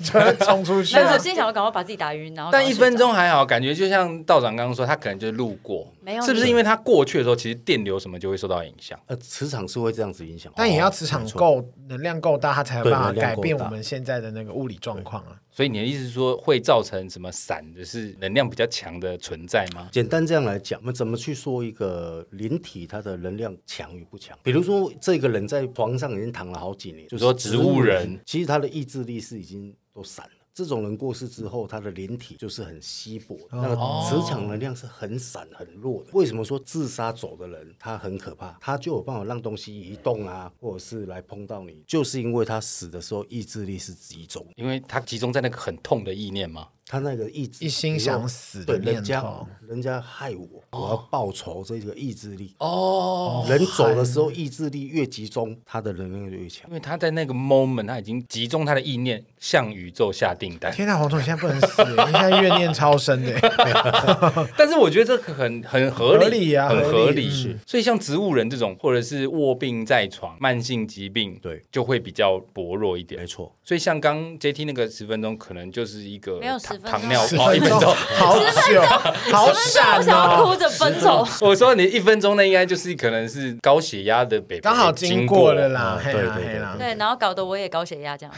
Speaker 2: 就会冲出去啊
Speaker 5: 没。啊有，我心里想要赶快把自己打晕，然后赶
Speaker 1: 但
Speaker 5: 快
Speaker 1: 一
Speaker 5: 睡着
Speaker 1: 分钟还好，感觉就像道长刚刚说，他可能就路过，
Speaker 5: 没有
Speaker 1: 是不是？因为他过去的时候，其实电流什么就会受到影响。
Speaker 3: 呃，磁场是会这样子影响，哦
Speaker 2: 但也要磁场
Speaker 3: 没错
Speaker 2: 够、能量够大，它才有办法
Speaker 3: 对能量
Speaker 2: 改
Speaker 3: 够
Speaker 2: 变
Speaker 3: 大
Speaker 2: 我们现在的那个物理状况啊。
Speaker 1: 所以你的意思是说，会造成什么闪的是能量比较强的存在吗？
Speaker 3: 简单这样来讲，我们怎么去说一个灵体它的能量强与不强？比如说，这个人在床上已经躺了好几年，就是
Speaker 1: 说植物人，
Speaker 3: 其实他的意志力是已经都散了。这种人过世之后，他的灵体就是很稀薄，那个
Speaker 1: 哦
Speaker 3: 磁场能量是很散很弱的。为什么说自杀走的人他很可怕？他就有办法让东西移动啊，或者是来碰到你，就是因为他死的时候意志力是集中，
Speaker 1: 因为他集中在那个很痛的意念吗？
Speaker 3: 他那个意志
Speaker 2: 一心想死的
Speaker 3: 对人
Speaker 2: 念
Speaker 3: 家
Speaker 2: 头，
Speaker 3: 人家害我，我要报仇，这个意志力。
Speaker 1: 哦，
Speaker 3: 人走的时候意志力越集中，他的能量就越强
Speaker 1: 因。为他在那个 moment，他已经集中他的意念向宇宙下订单。
Speaker 2: 天呐，黄总，你现在不能死，你现在怨念超深的。
Speaker 1: 但是我觉得这个很很合理，
Speaker 2: 合理啊
Speaker 1: 很
Speaker 2: 合
Speaker 1: 合理。
Speaker 2: 理嗯
Speaker 1: 所以像植物人这种，或者是卧病在床、慢性疾病，
Speaker 3: 对，
Speaker 1: 就会比较薄弱一点
Speaker 3: 没。错，
Speaker 1: 所以像刚 JT 那个十分钟，可能就是一个
Speaker 5: 没有
Speaker 1: 糖
Speaker 5: 10分钟
Speaker 1: 糖尿
Speaker 2: 十
Speaker 1: 哦，一
Speaker 2: 分
Speaker 1: 分
Speaker 2: 钟，
Speaker 1: 钟。
Speaker 2: 好久，好
Speaker 5: 我
Speaker 2: 闪
Speaker 5: 想要
Speaker 2: 哦！
Speaker 5: 哭着奔走。
Speaker 1: *laughs* *laughs* 我说你一分钟，那应该就是可能是高血压的北北
Speaker 2: 刚好
Speaker 1: 经
Speaker 2: 经过了
Speaker 1: 过。
Speaker 2: 啦，
Speaker 3: 嗯
Speaker 2: 嘿
Speaker 3: 对
Speaker 2: 啦
Speaker 3: 对
Speaker 2: 嘿啊
Speaker 3: 对
Speaker 2: 啦，
Speaker 5: 对，然后搞得我也高血压这样。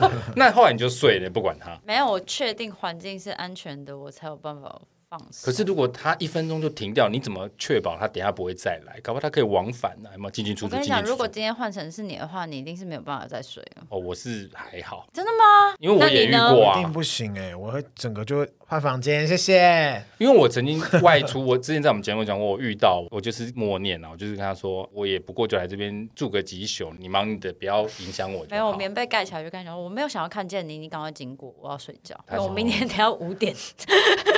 Speaker 1: 嗯那后来你就睡了，不管它。
Speaker 5: 没有，我确定环境是安全的，我才有办法放松。
Speaker 1: 可是如果它一分钟就停掉，你怎么确保它等一下不会再来？搞不好它可以往返呢、啊，有没有进进出
Speaker 5: 我
Speaker 1: 出？
Speaker 5: 跟你
Speaker 1: 进进
Speaker 5: 讲，
Speaker 1: 出出
Speaker 5: 如果今天换成是你的话，你一定是没有办法再睡了。
Speaker 1: 哦，我是还好，
Speaker 5: 真的吗？
Speaker 1: 因为我
Speaker 5: 那
Speaker 1: 也
Speaker 5: 你
Speaker 1: 遇
Speaker 5: 呢
Speaker 1: 过
Speaker 2: 一定
Speaker 1: 啊，
Speaker 2: 不行哎，我会整个就会换房间，谢谢。
Speaker 1: 因为我曾经外出， *laughs* 我之前在我们节目讲过，我遇到我就是默念啊，我就是跟他说，我也不过就来这边住个几宿，你忙你的，不要影响我就好。
Speaker 5: 没有，我棉被盖起来就跟你讲，我没有想要看见你，你赶快经过，我要睡觉。
Speaker 1: 他
Speaker 5: 因
Speaker 1: 说
Speaker 5: 为我明天等下五点，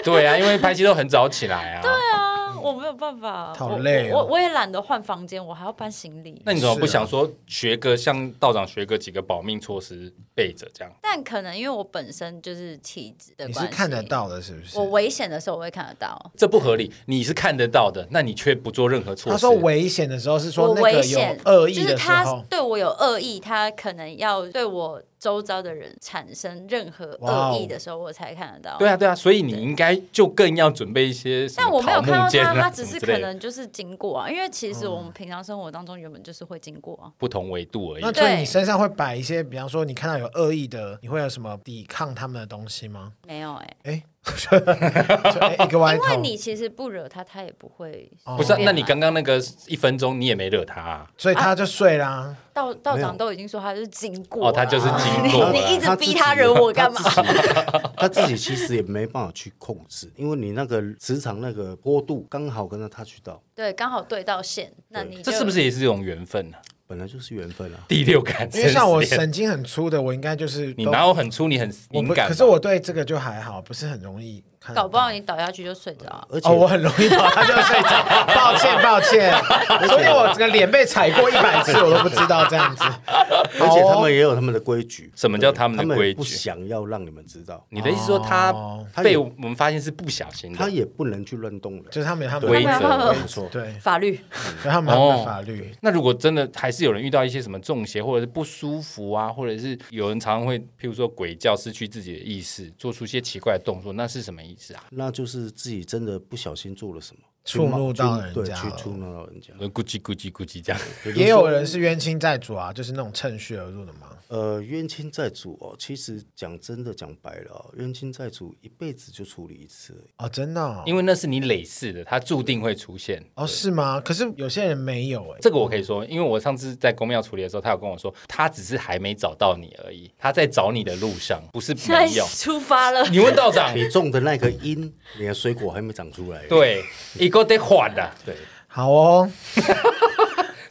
Speaker 1: 对啊，因为拍戏都很早起来
Speaker 5: *laughs*
Speaker 1: 啊。对啊，
Speaker 5: 啊我没有办法，
Speaker 2: *laughs* 好累哦
Speaker 5: 我我我也懒得换房间，我还要搬行李。
Speaker 1: 那你怎么不想说学个像道长学个几个保命措施备着这样？
Speaker 5: 但可能因为我本身就是体质的
Speaker 2: 你
Speaker 5: 关系，
Speaker 2: 是看得。到的，是不是
Speaker 5: 我？危险的时候我会看得到，
Speaker 1: 这不合理，你是看得到的，那你却不做任何措施。
Speaker 2: 他说危险的时候是
Speaker 5: 我
Speaker 2: 说那
Speaker 5: 危
Speaker 2: 个有
Speaker 5: 险
Speaker 2: 恶意
Speaker 5: 就是
Speaker 2: 的时
Speaker 5: 他
Speaker 2: 候，
Speaker 5: 对我有恶意，他可能要对我周遭的人产生任何
Speaker 2: 哇
Speaker 5: 恶
Speaker 2: 哦
Speaker 5: 意的时候，我才看得到。
Speaker 1: 对啊，对啊，所以你应该就更要准备一些什
Speaker 5: 但我
Speaker 1: 么
Speaker 5: 没有
Speaker 1: 桃
Speaker 5: 看到
Speaker 1: 木剑
Speaker 5: 他，
Speaker 1: 啊，
Speaker 5: 他
Speaker 1: 什
Speaker 5: 只
Speaker 1: 么
Speaker 5: 是
Speaker 1: 之
Speaker 5: 可
Speaker 1: 类的，
Speaker 5: 能就是经过啊，因为其
Speaker 2: 嗯
Speaker 5: 实我们平常生活当中原本就是会经过啊。
Speaker 1: 不同维度而已
Speaker 2: 那。
Speaker 5: 对
Speaker 2: 所以你身上会摆一些，比方说你看到有恶意的，你会有什么抵抗他们的东
Speaker 1: *laughs*
Speaker 2: 西吗？
Speaker 5: 没有哎、
Speaker 2: 哎，就哎一个歪
Speaker 5: 因
Speaker 2: 头，
Speaker 5: 为你其实不惹他，他也不会
Speaker 2: 哦
Speaker 1: 不是啊、
Speaker 5: 变
Speaker 1: 那你
Speaker 5: 来
Speaker 1: 刚刚那个一分钟你也没惹他、啊，
Speaker 2: 所以他就睡啦、
Speaker 5: 道道
Speaker 3: 没有
Speaker 5: 长都已经说他是经过
Speaker 1: 哦，他就是
Speaker 5: 了啊
Speaker 1: 经过
Speaker 5: 你你一
Speaker 1: 了。
Speaker 5: 直逼他惹我干嘛
Speaker 3: 他自己？他自己其实也没办法去控制，因为你那个磁场那个坡度刚好跟着他去到，
Speaker 5: 对，刚好对到线，那
Speaker 3: 对
Speaker 5: 你
Speaker 1: 这
Speaker 5: 就是
Speaker 1: 不是也是一种缘分呢、啊？
Speaker 3: 本来就是缘分啊。
Speaker 1: 第六感，
Speaker 2: 因为像我
Speaker 1: 生死恋
Speaker 2: 神经很粗的，我应该就是
Speaker 1: 你
Speaker 2: 都
Speaker 1: 哪有很粗，你很
Speaker 2: 我
Speaker 1: 敏
Speaker 2: 不
Speaker 1: 感吧。
Speaker 2: 可是我对这个就还好，不是很容易看得到。
Speaker 5: 搞不好你倒下去就睡着啊？
Speaker 3: 而且、
Speaker 2: 哦，我很容易倒下就睡着，抱歉抱歉，
Speaker 5: *laughs*
Speaker 2: 昨天我整个脸被踩过一百次，我都不知道这样子。
Speaker 3: 而且他们也有他们的规矩。
Speaker 1: 什么叫
Speaker 3: 对
Speaker 1: 他们的规矩
Speaker 3: 不想要让你们知道，
Speaker 1: 你的意思说他
Speaker 2: 哦
Speaker 3: 他
Speaker 1: 被
Speaker 3: 有
Speaker 1: 我们发现是不小心
Speaker 3: 他
Speaker 1: 的，
Speaker 3: 也不能去乱动人。
Speaker 2: 就是他们有他们
Speaker 1: 规
Speaker 2: 的
Speaker 1: 则。
Speaker 3: 没错，
Speaker 2: 对，
Speaker 5: 法律
Speaker 2: 有他们有他们的法律。
Speaker 1: 那如果真的还是有人遇到一些什么中邪，或者是不舒服啊，或者是有人常常会，譬如说鬼叫，失去自己的意识，做出一些奇怪的动作，那是什么意思啊？
Speaker 3: 那就是自己真的不小心做了什么，
Speaker 2: 触怒到人
Speaker 3: 对，
Speaker 2: 家
Speaker 3: 去
Speaker 2: 了
Speaker 3: 触怒到人家。
Speaker 1: 咕叽咕叽咕叽这样，
Speaker 2: 也有人是冤亲债主啊，就是那种趁虚而入的嘛。
Speaker 3: 呃，冤亲债主哦，其实讲真的，讲白了哦、冤亲债主一辈子就处理一次而已。
Speaker 2: 哦，真的哦，
Speaker 1: 因为那是你累世的，它注定会出现。
Speaker 2: 哦是吗？可是有些人没有哎、
Speaker 1: 这个我可以说，因为我上次在公庙处理的时候，他有跟我说，他只是还没找到你而已，他在找你的路上，不
Speaker 5: *laughs*
Speaker 1: 是
Speaker 5: 现在
Speaker 1: 没有。
Speaker 5: 出发了，
Speaker 1: 你问道长，
Speaker 3: 你种的那个因，你的水果还没长出来。
Speaker 1: *laughs* 对，一个得缓的，
Speaker 3: 对，
Speaker 2: 好哦，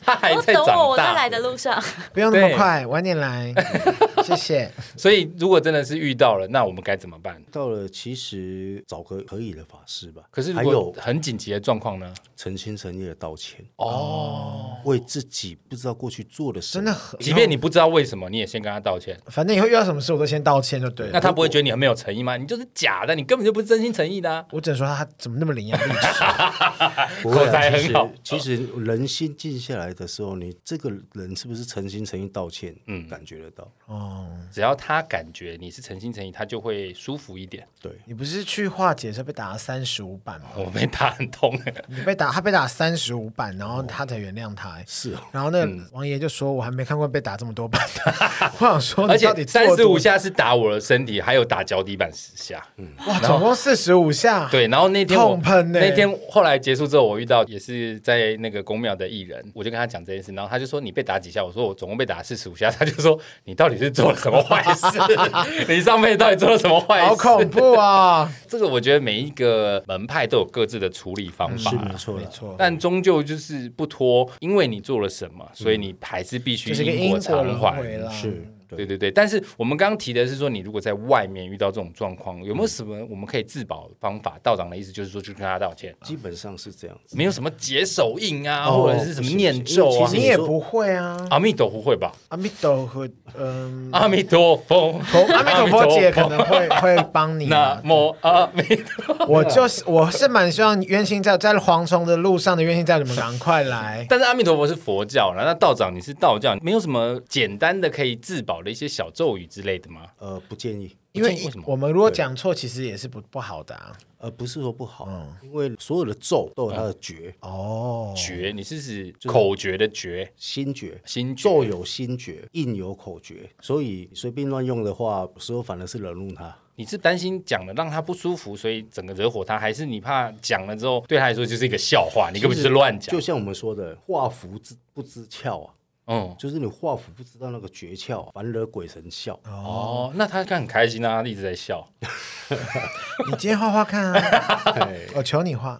Speaker 1: 他还
Speaker 5: 哦我
Speaker 1: 在
Speaker 5: 等
Speaker 1: 哎长大。
Speaker 5: 我，我在来的
Speaker 1: *laughs*
Speaker 5: 路上。
Speaker 2: 不用那
Speaker 1: 对
Speaker 2: 么快，晚点
Speaker 1: *laughs*
Speaker 2: 来，谢谢。
Speaker 1: 所以如果真的是遇到了，那我们该怎么办？
Speaker 3: 到了其实找个可以的法师吧。
Speaker 1: 可是
Speaker 3: 还
Speaker 1: 如果
Speaker 3: 有
Speaker 1: 很紧急的状况呢？
Speaker 3: 诚心诚意的道歉，
Speaker 1: 哦，
Speaker 3: 为自己不知道过去做的什
Speaker 2: 真
Speaker 3: 么
Speaker 2: 的很，
Speaker 1: 即便你不知道为什么，你也先跟他道歉。
Speaker 2: 反正以后遇到什么事，我都先道歉就对
Speaker 1: 那
Speaker 2: 了。
Speaker 1: 他不会觉得你很没有诚意吗？你就是假的，你根本就不是真心诚意的、啊。
Speaker 2: 我只能说他怎么那么伶牙俐齿。 *laughs*
Speaker 3: 不会
Speaker 1: 口
Speaker 3: 啊
Speaker 1: 才
Speaker 3: 其
Speaker 1: 很
Speaker 3: 实
Speaker 1: 好
Speaker 3: 其实人心静下来的时候，你这个人是不是诚心诚意道歉？嗯，感觉得到。
Speaker 2: 哦，
Speaker 1: 只要他感觉你是诚心诚意，他就会舒服一点。
Speaker 3: 对，
Speaker 2: 你不是去化解的时候被打了三十五板吗？
Speaker 1: 我被打很
Speaker 2: *laughs*
Speaker 1: 痛，
Speaker 2: 你被打，他被打三十五板，然后他才原谅他、欸
Speaker 3: 是哦。
Speaker 2: 然后那
Speaker 1: 嗯
Speaker 2: 个王爷就说：“我还没看过被打这么多板的。” *laughs* 我想说，
Speaker 1: 而
Speaker 2: 你到底
Speaker 1: 且
Speaker 2: 做
Speaker 1: 三
Speaker 2: 了
Speaker 1: 十五
Speaker 2: 多
Speaker 1: 下是打我的身体，还有打脚底板十下。
Speaker 2: 哇，总共四十五下。
Speaker 1: *laughs* 对，然后那天我
Speaker 2: 痛喷欸
Speaker 1: 那天后来结束之后，我遇到也是在那个公庙的艺人，我就跟他讲这件事，然后他就说你被打几下？我说我总共被打四十五下，他就说你到底是做了什么坏
Speaker 2: *laughs*
Speaker 1: 事？ *laughs* 你上辈子到底做了什么坏事？
Speaker 2: 好恐！怖啊、
Speaker 1: *laughs* 这个我觉得每一个门派都有各自的处理方法
Speaker 3: 是
Speaker 1: 啦。
Speaker 3: 没错啦，
Speaker 2: 没错，
Speaker 1: 但终究就是不脱，因为你做了什么，所以你还是必须
Speaker 2: 嗯就是一个
Speaker 1: 因
Speaker 2: 因
Speaker 1: 果
Speaker 2: 果
Speaker 1: 偿
Speaker 2: 轮
Speaker 1: 还。
Speaker 2: 回啦。
Speaker 3: 是
Speaker 1: 对
Speaker 3: 对。
Speaker 1: 对对，但是我们刚刚提的是说，你如果在外面遇到这种状况，有没有什么我们可以自保的方法？道长的意思就是说，就跟他道歉，
Speaker 3: 基本上是这样子。
Speaker 1: 没有什么解手印啊，
Speaker 3: 哦
Speaker 1: 或者是什么念咒
Speaker 3: 不行不
Speaker 1: 啊
Speaker 3: 行。
Speaker 2: 你也不会啊，
Speaker 1: 阿弥陀佛会吧？
Speaker 2: 阿弥陀佛，嗯，
Speaker 1: *laughs* 阿弥陀佛，
Speaker 2: 头阿弥陀佛姐可能会会帮你啊、
Speaker 1: *laughs* 南无阿弥陀佛。 *laughs*
Speaker 2: 我就是我是蛮希望冤亲债在蝗虫的路上的冤亲债主们赶快来。
Speaker 1: 但是阿弥陀佛是佛教啦，那道长你是道教，没有什么简单的可以自保的一些小咒语之类的吗？
Speaker 3: 呃，不建议。
Speaker 2: 因为
Speaker 1: 为什么
Speaker 2: 我们如果讲错，其实也是不不好的啊。
Speaker 3: 呃，不是说不好，
Speaker 1: 嗯
Speaker 3: 因为所有的咒都有它的诀，
Speaker 2: 哦，
Speaker 1: 诀，你是指口诀的诀，
Speaker 3: 心诀。
Speaker 1: 心诀
Speaker 3: 咒有心诀，印有口诀，所以随便乱用的话，有时候反而是惹怒他。
Speaker 1: 你是担心讲了让他不舒服，所以整个惹火他，还是你怕讲了之后对他来说就是一个笑话，你根本就是乱讲
Speaker 3: 就？像我们说的，画符之不知窍啊，
Speaker 1: 嗯，
Speaker 3: 就是你画符不知道那个诀窍、啊，反惹鬼神笑。
Speaker 1: 哦，那他看很开心啊，他一直在笑。
Speaker 2: 你今天画画看啊， *laughs*
Speaker 3: 哎
Speaker 2: 我求你画。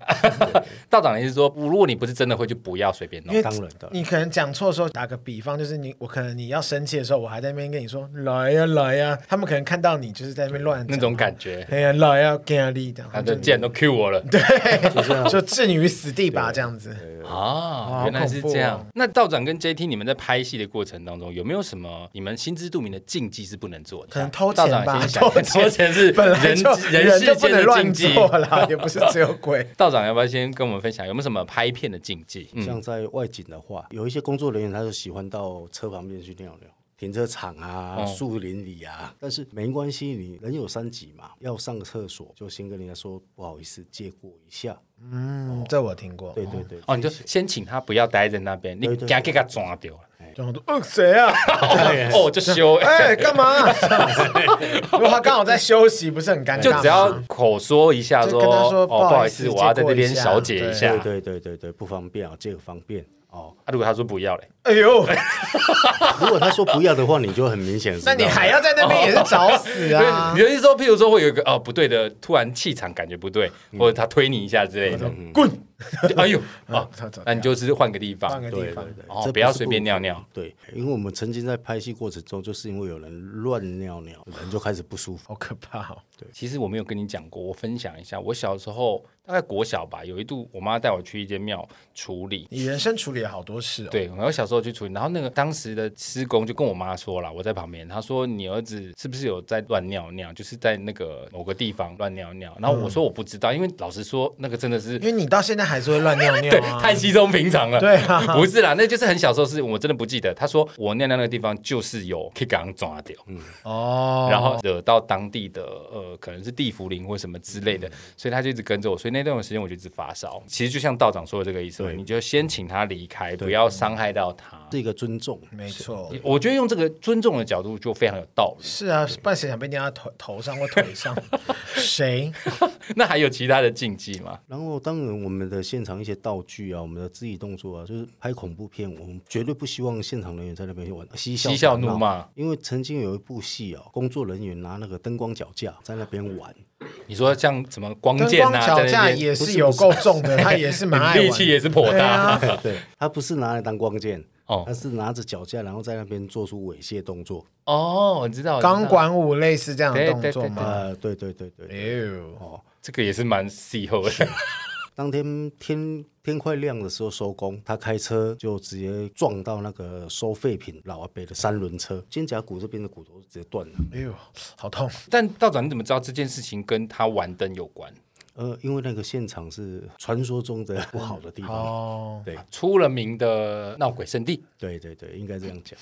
Speaker 1: 道长也是说，如果你不是真的会，就不要随便弄
Speaker 2: 因。为
Speaker 3: 当然的
Speaker 2: 你可能讲错的时候，打个比方，就是你我可能你要生气的时候，我还在那边跟你说来呀、来呀、他们可能看到你就是在那边乱讲
Speaker 1: 那种感觉，
Speaker 2: 哎呀来呀、啊，给压力这样，
Speaker 1: 他的剑都 Q 我了。哦对
Speaker 2: 对，就置你于死地吧，这样子。
Speaker 1: 啊，
Speaker 2: 好
Speaker 1: 原来是这样
Speaker 2: 恐怖。
Speaker 1: 那道长跟 JT 你们在拍戏的过程当中，有没有什么你们心知肚明的禁忌是不能做的？
Speaker 2: 可能偷
Speaker 1: 道
Speaker 2: 钱
Speaker 1: 长
Speaker 2: 吧
Speaker 1: 先想
Speaker 2: 偷
Speaker 1: *laughs*
Speaker 2: 钱
Speaker 1: 偷钱是
Speaker 2: 本来
Speaker 1: 人
Speaker 2: 就
Speaker 1: 人世
Speaker 2: 就不
Speaker 1: 间的禁
Speaker 2: 能乱
Speaker 1: 忌。
Speaker 2: 做啦，也不是只有
Speaker 1: *laughs*
Speaker 2: 鬼。
Speaker 1: 道长要不要先跟我们分享有没有什么拍片的禁忌？嗯
Speaker 3: 像在外景的话，有一些工作人员他就喜欢到车旁边去尿尿。停车场啊、
Speaker 1: 嗯
Speaker 3: 树林里啊。但是没关系，你人有三急嘛，要上个厕所就先跟人家说不好意思，借过一下。
Speaker 2: 嗯，这我听过。
Speaker 3: 对对对，
Speaker 1: 哦，你就先请他不要待在那边，你
Speaker 3: 对对
Speaker 1: 赶紧给他抓掉了。
Speaker 2: 然后我就呃，谁
Speaker 1: *laughs*
Speaker 2: 啊？
Speaker 1: 哦，就修，
Speaker 2: 哎，干嘛？如果他刚好在休息，不是很尴尬
Speaker 1: *laughs*
Speaker 2: 吗？
Speaker 1: 就只要口说一下
Speaker 2: 就
Speaker 1: 说，
Speaker 2: 跟他说
Speaker 1: 哦，
Speaker 2: 不
Speaker 1: 不
Speaker 2: 好
Speaker 1: 好
Speaker 2: 意
Speaker 1: 意
Speaker 2: 思
Speaker 1: 思，我要在这边
Speaker 2: 借过一下
Speaker 1: 小解一下。
Speaker 3: 对对对对对，不方便啊，借个方便哦。
Speaker 1: 啊，如果他说不要嘞，
Speaker 2: 哎呦，
Speaker 3: 如果他说不要的话，你就很明显知道
Speaker 2: 那你
Speaker 3: 了。
Speaker 2: 还要在那边也是找死啊
Speaker 1: 你！的意思说，譬如说会有一个哦不对的，突然气场感觉不对，
Speaker 2: 嗯
Speaker 1: 或者他推你一下之类的，
Speaker 2: 滚，
Speaker 1: 就哎呦哦
Speaker 2: 走走，
Speaker 1: 那你就是换个地方
Speaker 2: 换，个地
Speaker 3: 对
Speaker 2: 方
Speaker 3: 对。对，
Speaker 1: 哦
Speaker 3: 这
Speaker 1: 不要
Speaker 3: 是
Speaker 1: 随便尿尿。
Speaker 3: 对，因为我们曾经在拍戏过程中，就是因为有人乱尿尿，人就开始不舒服。
Speaker 2: 好可怕哦！
Speaker 1: 其实我没有跟你讲过，我分享一下，我小时候大概国小吧，有一度我妈带我去一间庙处理。
Speaker 2: 你人生处理了好多事哦。，
Speaker 1: 对，然后小时候去处理，然后那个当时的施工就跟我妈说了，我在旁边，她说你儿子是不是有在乱尿尿，就是在那个某个地方乱尿尿，然
Speaker 2: 嗯
Speaker 1: 后我说我不知道，因为老实说那个真的是
Speaker 2: 因为你到现在还是会乱尿尿
Speaker 1: 对，
Speaker 2: 啊。
Speaker 1: 太稀松平常了。
Speaker 2: 对啊
Speaker 1: 不是啦，那就是很小时候事，我真的不记得。他说我尿尿那个地方就是有可以给人抓掉，
Speaker 2: 哦，
Speaker 1: 然后惹到当地的呃，可能是地茯苓或什么之类
Speaker 2: 嗯
Speaker 1: 的，所以他就一直跟着我，所以那段时间我就一直发烧。其实就像道长说的这个意思，
Speaker 3: 对
Speaker 1: 你就先请他离开，不要伤害到他。
Speaker 3: 是一个尊重，
Speaker 2: 没错，
Speaker 1: 我觉得用这个尊重的角度就非常有道理。
Speaker 2: 是啊，不然谁想被尿到头头上或腿上？谁？
Speaker 1: 那还有其他的禁忌吗？
Speaker 3: 然后，当然，我们的现场一些道具啊，我们的肢体动作啊，就是拍恐怖片，我们绝对不希望现场人员在那边玩嬉笑
Speaker 1: 嬉笑
Speaker 3: 打闹
Speaker 1: 怒骂。
Speaker 3: 因为曾经有一部戏哦，工作人员拿那个灯光脚架在那边玩，
Speaker 1: 你说像什么光
Speaker 2: 灯
Speaker 1: 剑
Speaker 2: 光
Speaker 1: 啊，
Speaker 2: 脚
Speaker 1: 在那
Speaker 2: 架
Speaker 1: 边
Speaker 2: 也是有够重的，他也是蛮爱
Speaker 1: 力
Speaker 2: 玩啊
Speaker 1: 气
Speaker 2: 的。
Speaker 1: 也是颇大。
Speaker 3: 对他不是拿来当光剑，
Speaker 1: 哦
Speaker 3: 他是拿着脚架，然后在那边做出猥亵动作。
Speaker 1: *laughs* 哦，我知道，我知道
Speaker 2: 钢管舞类似这样的
Speaker 1: 对
Speaker 2: 动
Speaker 1: 对
Speaker 2: 作
Speaker 1: 对
Speaker 2: 吗？
Speaker 3: 呃，对对对对
Speaker 2: 哎，呦，
Speaker 1: 这个也是蛮细后的。
Speaker 3: 当天天天快亮的时候收工，他开车就直接撞到那个收废品老阿伯的三轮车，肩胛骨这边的骨头直接断了。
Speaker 2: 哎呦，好痛！
Speaker 1: 但道长，你怎么知道这件事情跟他玩灯有关？
Speaker 3: 呃，因为那个现场是传说中的不好的地方，
Speaker 2: 哦，
Speaker 1: 出了名的闹鬼圣地，
Speaker 3: 对对对，应该这样讲。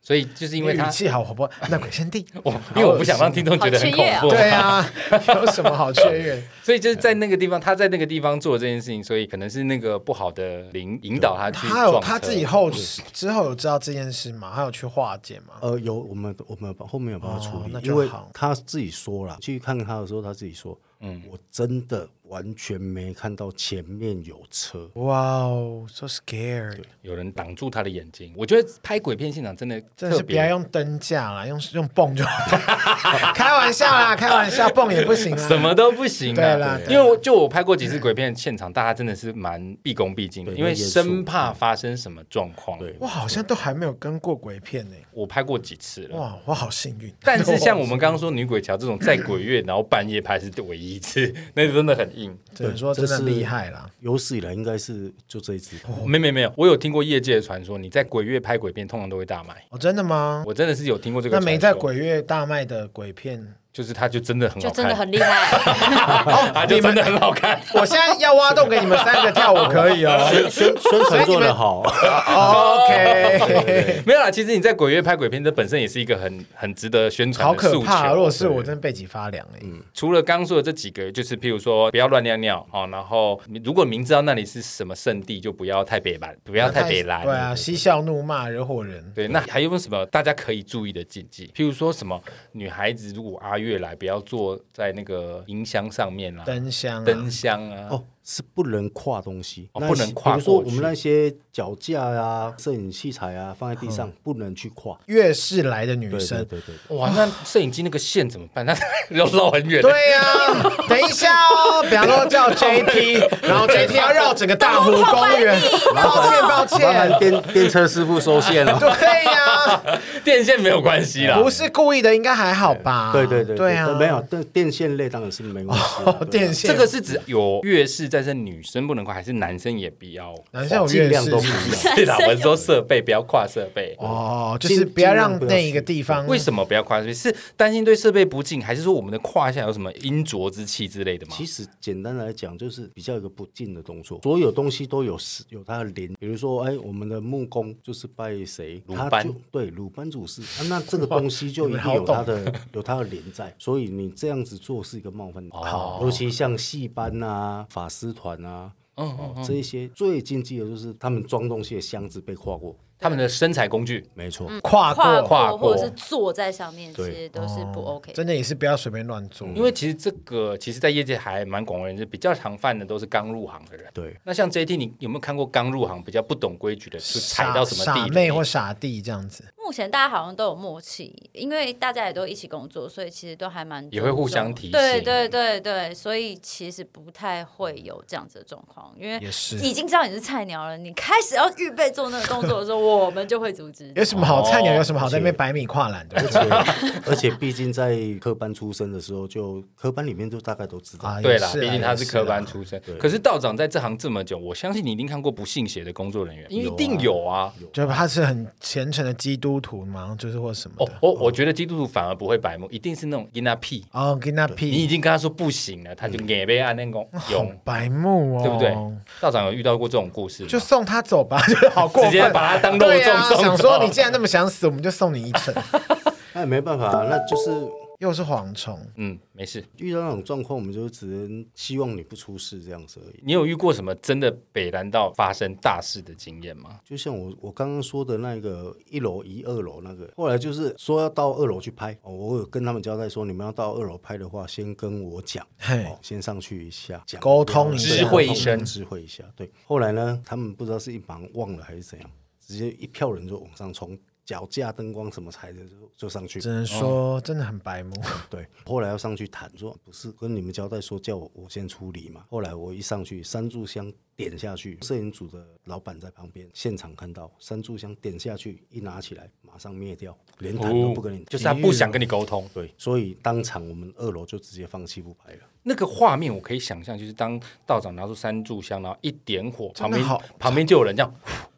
Speaker 1: 所以就是因为
Speaker 2: 你
Speaker 1: 他
Speaker 2: 语，气好活泼，那鬼先帝。
Speaker 1: *laughs* 我因为我不想让听众觉得很恐怖，
Speaker 5: 好哦
Speaker 2: 对啊，有什么好雀跃？
Speaker 1: 所以就是在那个地方，他在那个地方做这件事情，所以可能是那个不好的灵引导他去
Speaker 2: 他有
Speaker 1: 撞车
Speaker 2: 他自己后之后有知道这件事吗？他有去化解吗？
Speaker 3: 呃，有我们我们后面有帮他处
Speaker 2: 哦
Speaker 3: 理，
Speaker 2: 那就
Speaker 3: 因为
Speaker 2: 好
Speaker 3: 他自己说了，去看他的时候他自己说，嗯，我真的完全没看到前面有车。
Speaker 2: 哇哦，so scared！
Speaker 1: 有人挡住他的眼睛。我觉得拍鬼片现场真的
Speaker 2: 真的
Speaker 1: 特
Speaker 2: 是不要
Speaker 1: 别。
Speaker 2: 用灯架啦，用 *laughs* 用泵就好。开玩笑啦，开玩笑，泵也不行啊。
Speaker 1: 什么都不行
Speaker 2: 对啦
Speaker 1: 啊！
Speaker 2: 对
Speaker 1: 因为我就我拍过几次鬼片，现场大家真的是蛮毕恭毕敬的，
Speaker 3: 对
Speaker 1: 因为
Speaker 3: 那严肃
Speaker 1: 生怕发生什么状况。
Speaker 3: 对
Speaker 2: 我好像都还没有跟过鬼片呢、
Speaker 1: 我拍过几次了，
Speaker 2: 哇，我好幸运。
Speaker 1: 但是
Speaker 2: *laughs*
Speaker 1: 像我们刚刚说女鬼桥这种在鬼月然后半夜拍是唯一一次，那真的很硬。
Speaker 2: 只能说真的厉害啦。
Speaker 3: 有史以来应该是就这一次，
Speaker 1: 没没没有，我有听过业界的传说，你在鬼月拍鬼片通常都会大卖。
Speaker 2: 哦，真的吗？
Speaker 1: 我真的是有听过这个
Speaker 2: 那
Speaker 1: 传说。
Speaker 2: 没在，鬼月大卖的鬼片，
Speaker 1: *laughs*
Speaker 2: 哦
Speaker 1: 就是它就真的很好
Speaker 5: 就
Speaker 1: 看，
Speaker 5: 真的很厉害。
Speaker 1: *laughs* 它啊就真的很好
Speaker 2: *laughs*
Speaker 1: 看。
Speaker 2: 我现在要挖洞给你们三个跳，我可以
Speaker 1: *laughs*
Speaker 2: 哦。
Speaker 3: 宣宣传做得好，
Speaker 2: OK，
Speaker 1: 没有啦，其实你在鬼月拍鬼片，这本身也是一个很很值得宣 *laughs*
Speaker 2: 好
Speaker 1: 传的
Speaker 2: 可
Speaker 1: 诉求。嗯
Speaker 2: 怕、哦如果是我，真的背脊发凉哎、
Speaker 1: 除了刚说的这几个，就是譬如说不要乱尿尿哦，然后你如果明知道那里是什么圣地，就不要太北蓝，不要太北蓝。
Speaker 2: 对啊，嬉笑怒骂惹火人。
Speaker 1: 对，那还有没有什么大家可以注意的禁忌？譬如说什么女孩子如果阿月来，不要坐在那个音箱上面啦、
Speaker 2: 灯箱、啊，
Speaker 1: 灯箱啊。
Speaker 3: 哦，是不能跨东西，
Speaker 1: 哦
Speaker 3: 那
Speaker 1: 不
Speaker 3: 些
Speaker 1: 能跨
Speaker 3: 比如说
Speaker 1: 过
Speaker 3: 我们
Speaker 1: 去
Speaker 3: 那些脚架啊、摄影器材啊放在地上，不能去跨。
Speaker 2: 越是来的女
Speaker 3: 对对
Speaker 2: 生，
Speaker 3: 对对，对
Speaker 1: 哇，那摄影机那个线怎么办？那 *laughs* 要绕很 *laughs* 远。
Speaker 2: 对呀、等一下哦，比方说叫 JT，然后 JT 要绕整个大湖公园，抱歉抱
Speaker 3: 麻烦
Speaker 2: 歉，
Speaker 3: 电电车师傅收线了。
Speaker 2: 对呀、
Speaker 1: 电线没有关系啦。
Speaker 2: 不是故意的，应该还好吧？
Speaker 3: 对对对
Speaker 2: 对啊，
Speaker 3: 没有电电线类当然是没问题的。
Speaker 2: 哦
Speaker 3: 对啊
Speaker 2: 电线，
Speaker 1: 这个是指有月事，但是女生不能跨，还是男生也不要？
Speaker 2: 男生有
Speaker 3: 尽
Speaker 2: 月
Speaker 3: 量
Speaker 2: 事
Speaker 3: 都不一样。
Speaker 1: 是啦，我是说设备不要跨设备。
Speaker 2: 哦，就
Speaker 3: 尽
Speaker 2: 是不要让
Speaker 3: 尽量不要
Speaker 2: 那一
Speaker 3: 去
Speaker 2: 个地方
Speaker 1: 为什么不要跨设备？是担心对设备不敬，还是说我们的胯下有什么阴浊之气之类的吗？
Speaker 3: 其实简单来讲，就是比较一个不敬的动作。所有东西都有时有它的灵，比如说，哎，我们的木工就是拜谁，
Speaker 1: 鲁
Speaker 3: 他
Speaker 1: 班
Speaker 3: 就对，鲁班主是、啊那这个东西就
Speaker 2: 你 *laughs*
Speaker 3: 一
Speaker 2: 们
Speaker 3: 定
Speaker 2: 好
Speaker 3: 有它的有它的连在，所以你这样子做是一个冒犯。好，尤其像戏班啊、法师团啊。
Speaker 1: 嗯
Speaker 3: 哦，这一些最禁忌的就是他们装东西的箱子被跨过，
Speaker 1: 他们的身材工具，
Speaker 3: 没错，
Speaker 2: 跨
Speaker 5: 跨
Speaker 2: 过，
Speaker 1: 跨
Speaker 5: 过
Speaker 1: 过哦
Speaker 5: 或者是坐在上面，其
Speaker 3: 对
Speaker 5: 实都是不 OK 的。
Speaker 2: 真的也是不要随便乱做。
Speaker 1: 因为其实这个其实，在业界还蛮广为人知，比较常犯的都是刚入行的人。
Speaker 3: 对，
Speaker 1: 那像 JT，你有没有看过刚入行比较不懂规矩的，就踩
Speaker 2: 傻
Speaker 1: 到什么
Speaker 2: 傻
Speaker 1: 地
Speaker 2: 妹
Speaker 1: 雷？
Speaker 2: 或傻弟这样子，
Speaker 5: 目前大家好像都有默契，因为大家也都一起工作，所以其实都还蛮
Speaker 1: 也会互相提醒
Speaker 5: 对对对对，所以其实不太会有这样子的状况，因为
Speaker 2: 也是
Speaker 5: 已经知道你是菜鸟了，你开始要预备做那个动作的时候，我们就会阻止你
Speaker 2: 有。什么好菜鸟？有什么好在那边
Speaker 3: 而且
Speaker 2: 百米跨栏的
Speaker 3: 而？且 *laughs* 而且毕竟在科班出身的时候，就科班里面就大概都知道，
Speaker 2: 啊
Speaker 1: 对
Speaker 2: 也
Speaker 1: 啦，
Speaker 2: 是啊
Speaker 1: 毕竟他是科班出身。可是道长在这行这么久，我相信你一定看过不信邪的工作人员，一定有啊。
Speaker 2: 就他是很虔诚的基督徒嘛，就是或什么
Speaker 1: 哦
Speaker 2: 的。，嗯
Speaker 1: 我我觉得基督徒反而不会白目，一定是那种 in a 屁，
Speaker 2: 哦，跟那
Speaker 1: 你已
Speaker 2: 屁
Speaker 1: 经跟他说不行了，他就眼被按那个用，
Speaker 2: 白嗯目哦，
Speaker 1: 对不对？道长有遇到过这种故事吗？
Speaker 2: 就送他走吧，就是好过分，
Speaker 1: 直接把他当肉
Speaker 2: 对啊
Speaker 1: 粽送走
Speaker 2: 想说你既然那么想死，我们就送你一程。 *laughs*
Speaker 3: 那也没办法，啊那就是
Speaker 2: 又是蝗虫，
Speaker 1: 嗯，没事。
Speaker 3: 遇到那种状况，我们就只能希望你不出事这样子而已。
Speaker 1: 你有遇过什么真的北南道发生大事的经验吗？
Speaker 3: 就像我我刚刚说的那个一楼移二楼那个，后来就是说要到二楼去拍，哦、我有跟他们交代说，你们要到二楼拍的话，先跟我讲，
Speaker 2: 嘿
Speaker 3: 哦，先上去一下讲
Speaker 2: 沟通一下
Speaker 1: 知会一声
Speaker 3: 知会一下。对，后来呢，他们不知道是一忙忘了还是怎样，直接一票人就往上冲，脚架、灯光什么材的就就上去
Speaker 2: 只。能
Speaker 1: 哦
Speaker 2: 说真的很白目。
Speaker 3: 对，后来要上去谈说，不是跟你们交代说叫我我先处理嘛。后来我一上去，三炷香点下去，摄影组的老板在旁边现场看到，三炷香点下去，一拿起来马上灭掉，连谈都不跟你，
Speaker 1: 就
Speaker 3: 就是是
Speaker 1: 他
Speaker 2: 啊
Speaker 1: 不想跟你沟通。
Speaker 3: 对，所以当场我们二楼就直接放弃不拍了。
Speaker 1: 那个画面我可以想象，就是当道长拿出三炷香，然后一点火，旁边
Speaker 2: 好
Speaker 1: 旁边就有人这样，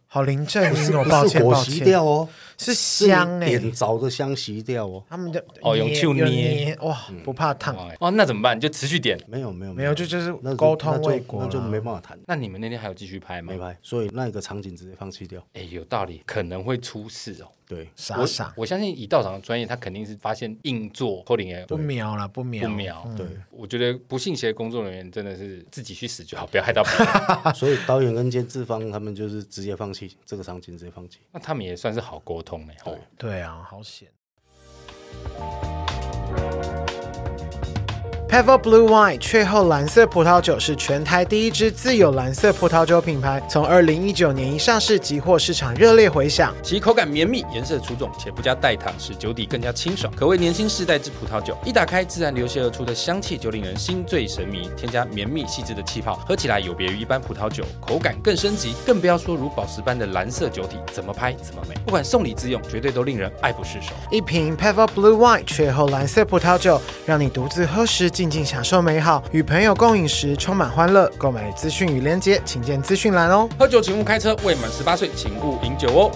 Speaker 2: 好林正英哦，
Speaker 3: 不
Speaker 2: 抱
Speaker 3: 是
Speaker 2: 歉
Speaker 3: 火
Speaker 2: 抱
Speaker 3: 熄
Speaker 2: 歉
Speaker 3: 掉，哦，
Speaker 2: 是
Speaker 3: 是你
Speaker 2: 香哎，
Speaker 3: 点着的香熄掉哦。
Speaker 2: 他们就
Speaker 1: 哦用
Speaker 2: 捏
Speaker 1: 手捏
Speaker 2: 用捏，哇，不怕烫，
Speaker 1: 哎哦，那怎么办？就持续点。
Speaker 3: 没有没有
Speaker 2: 没有就就是
Speaker 3: 那
Speaker 2: 沟通
Speaker 3: 那就
Speaker 2: 未果
Speaker 3: 那就
Speaker 2: 啦
Speaker 3: 没办法谈，
Speaker 1: 那你们那天还有继续拍吗
Speaker 3: 没？拍，所以那个场景直接放弃掉。
Speaker 1: 哎，有道理，可能会出事哦。
Speaker 3: 对，
Speaker 2: 傻
Speaker 1: 我
Speaker 2: 傻
Speaker 1: 我相信以道长的专业，他肯定是发现硬做扣零也
Speaker 2: 不瞄了，不
Speaker 1: 不
Speaker 2: 瞄，
Speaker 1: 秒。
Speaker 3: 对，
Speaker 1: 我觉得不信邪的工作人员真的是自己去死就好，不要害到别人。
Speaker 2: *laughs*
Speaker 3: 所以导演跟监制方他们就是直接放弃这个场景，直接放弃。
Speaker 1: 那他们也算是好沟通呢。哦，
Speaker 2: 对啊，好险。Pavo Blue Wine 雀后蓝色葡萄酒是全台第一支自有蓝色葡萄酒品牌，从二零一九年一上市即获市场热烈回响。
Speaker 1: 其口感绵密，颜色出众，且不加代糖，使酒底更加清爽，可谓年轻世代之葡萄酒。一打开，自然流泻而出的香气就令人心醉神迷。添加绵密细致的气泡，喝起来有别于一般葡萄酒，口感更升级。更不要说如宝石般的蓝色酒体，怎么拍怎么美。不管送礼自用，绝对都令人爱不释手。
Speaker 2: 一瓶 Pavo Blue Wine 雀后蓝色葡萄酒，让你独自喝时静静享受美好，与朋友共饮时充满欢乐。购买资讯与链接，请见资讯栏哦。
Speaker 1: 喝酒请勿开车，未满十八岁请勿饮酒哦。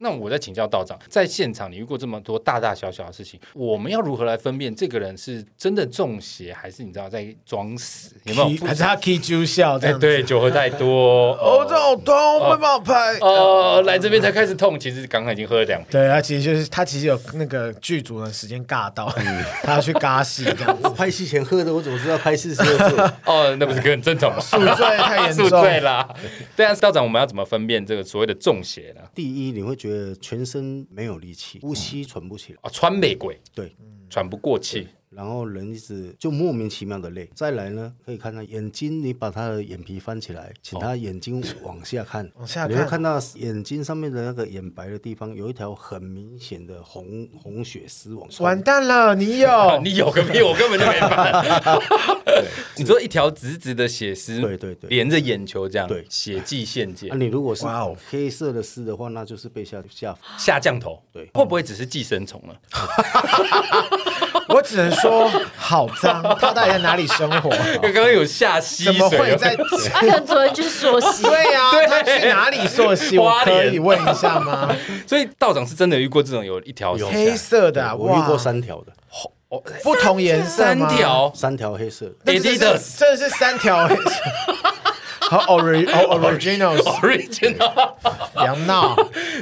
Speaker 1: 那我再请教道长，在现场你遇过这么多大大小小的事情，我们要如何来分辨这个人是真的中邪，还是你知道在装死？有没有不？
Speaker 2: *laughs* 还是他 K 揪笑这
Speaker 1: 哎，
Speaker 2: 样子？
Speaker 1: 对，酒喝太多，
Speaker 2: 哦，这
Speaker 1: 哦，
Speaker 2: 好痛，没办法拍。
Speaker 1: 哦，来这边才开始痛，其实刚刚已经喝了两瓶。
Speaker 2: 对，他其实就是他其实有那个剧组的时间尬到，
Speaker 3: 嗯
Speaker 2: 他要去尬戏这样子。
Speaker 3: *laughs* 我拍戏前喝的，我怎么知道拍戏时候
Speaker 2: *laughs*
Speaker 3: 是？
Speaker 1: 哦，那不是很正常吗？
Speaker 2: 宿醉太严重
Speaker 1: 宿醉啦。对啊，道长，我们要怎么分辨这个所谓的中邪呢？
Speaker 3: 第一，你会觉得全身没有力气，呼吸喘不起来，
Speaker 1: 啊，川北鬼
Speaker 3: 对，
Speaker 1: 喘不过气，
Speaker 3: 然后人一直就莫名其妙的累。再来呢，可以看到眼睛，你把他的眼皮翻起来，请他眼睛往下看，
Speaker 2: 往下看
Speaker 3: 你会看到眼睛上面的那个眼白的地方有一条很明显的红红血丝往上。
Speaker 2: 完蛋了，你
Speaker 3: 哦
Speaker 1: 啊
Speaker 2: 有
Speaker 1: 你有个屁，我根本就没
Speaker 3: *laughs*
Speaker 1: 办。你说一条直直的血丝，
Speaker 3: 对对对
Speaker 1: 连着眼球这样，
Speaker 3: 对
Speaker 1: 血迹线界
Speaker 3: 那、你如果是
Speaker 2: 哇哦
Speaker 3: 黑色的丝的话，那就是被下下
Speaker 1: 下降头，
Speaker 3: 对
Speaker 1: 会不会只是寄生虫呢？
Speaker 2: 我只能说好脏，他到底在哪里生
Speaker 1: *laughs*
Speaker 2: 活？
Speaker 3: 哦
Speaker 1: 刚刚有下吸
Speaker 2: 怎么会
Speaker 1: 水，
Speaker 2: 在？
Speaker 5: 他可能昨天去说戏，
Speaker 2: 对呀、
Speaker 1: *laughs* 对
Speaker 2: 他去哪里做戏？我
Speaker 1: 花
Speaker 2: 可
Speaker 1: 莲
Speaker 2: 以问一下吗？
Speaker 1: 所以道长是真的遇过这种有一条
Speaker 3: 有
Speaker 2: 黑色的、啊，
Speaker 3: 我遇
Speaker 2: 哇，
Speaker 3: 过三条的，
Speaker 1: 哦
Speaker 2: 不同颜色
Speaker 1: 三
Speaker 2: 吗，
Speaker 1: 条
Speaker 3: 三条黑色的。
Speaker 2: 那真的是 *laughs*
Speaker 1: Adidas
Speaker 2: 真的是三条黑色。和 ori
Speaker 3: *laughs*
Speaker 2: originals
Speaker 1: original，
Speaker 2: 杨闹，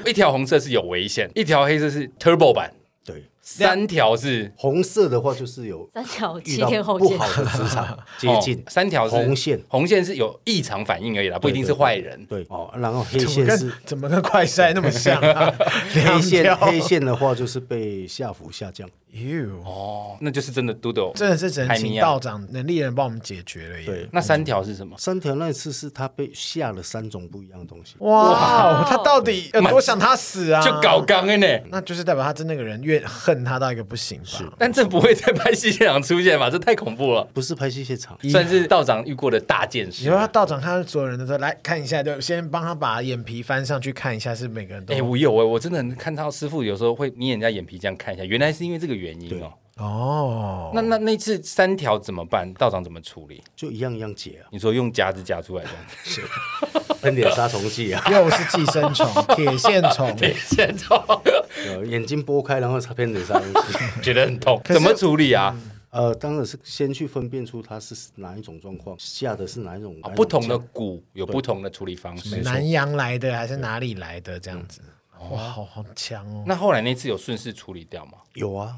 Speaker 1: 一条红色是有危险，一条黑色是 turbo 版，
Speaker 3: 对，
Speaker 1: 三条是
Speaker 3: 红色的话就是有
Speaker 5: 三条
Speaker 3: 遇
Speaker 5: 七
Speaker 3: 到
Speaker 5: 天后
Speaker 3: 不
Speaker 5: 见
Speaker 3: 好。的职场接
Speaker 2: *laughs*
Speaker 1: 哦
Speaker 3: 近，
Speaker 1: 三条是
Speaker 3: 红线，
Speaker 1: 红线是有异常反应而已啦，不一定是坏人。
Speaker 3: 对哦，然后黑
Speaker 2: 怎么
Speaker 3: 线是
Speaker 2: 跟怎么跟快筛那么像啊？
Speaker 3: *laughs* 黑
Speaker 2: 两
Speaker 3: 线，
Speaker 2: 条
Speaker 3: 黑线的话就是被下浮下降，
Speaker 2: ，you，
Speaker 1: 哦，那就是真的 Doodle，
Speaker 2: 真的是只能
Speaker 1: 海
Speaker 2: 请
Speaker 1: 绵啊
Speaker 2: 道长能力人帮我们解决了耶。
Speaker 3: 对，
Speaker 1: 那三条是什么？
Speaker 3: 三条那次是他被下了三种不一样的东西，
Speaker 1: 哦
Speaker 2: 哇，他到底有多想他死啊？
Speaker 1: 就搞，刚的呢。
Speaker 2: 那就是代表他真那个人越恨他到一个不行吧？
Speaker 1: 但这不会在拍戏现场出现吧？这太恐怖了，
Speaker 3: 不是拍戏现场，
Speaker 1: 算是道长遇过的大件
Speaker 2: 你
Speaker 1: 事
Speaker 2: 说。他道长看到所有人的时候，来看一下，就先帮他把眼皮翻上去看一下，是每个人都
Speaker 1: 哎、我有哎、我真的很看到师傅有时候会捏人家眼皮这样看一下，原来是因为这个原因哦、
Speaker 2: 哦。，
Speaker 1: 那那那次三条怎么办？道长怎么处理？
Speaker 3: 就一样一样解啊，
Speaker 1: 你说用夹子夹出来的， *laughs*
Speaker 3: 喷点杀虫剂啊
Speaker 2: 又是寄
Speaker 1: *laughs*
Speaker 2: 生虫、铁线虫，
Speaker 1: 现在
Speaker 3: 呃眼睛拨开，然后才喷点杀虫剂。啊
Speaker 1: 觉得很痛，
Speaker 2: 是
Speaker 1: 怎么处理啊？
Speaker 3: 呃，当然是先去分辨出它是哪一种状况，下的是哪一种
Speaker 1: 啊不同的
Speaker 3: 哪一种
Speaker 1: 骨有不同的处理方式。
Speaker 2: 南洋来的还是哪里来的这样子？
Speaker 1: 嗯
Speaker 2: 哇，好好强哦！
Speaker 1: 那后来那次有顺势处理掉吗？
Speaker 3: 酱有啊，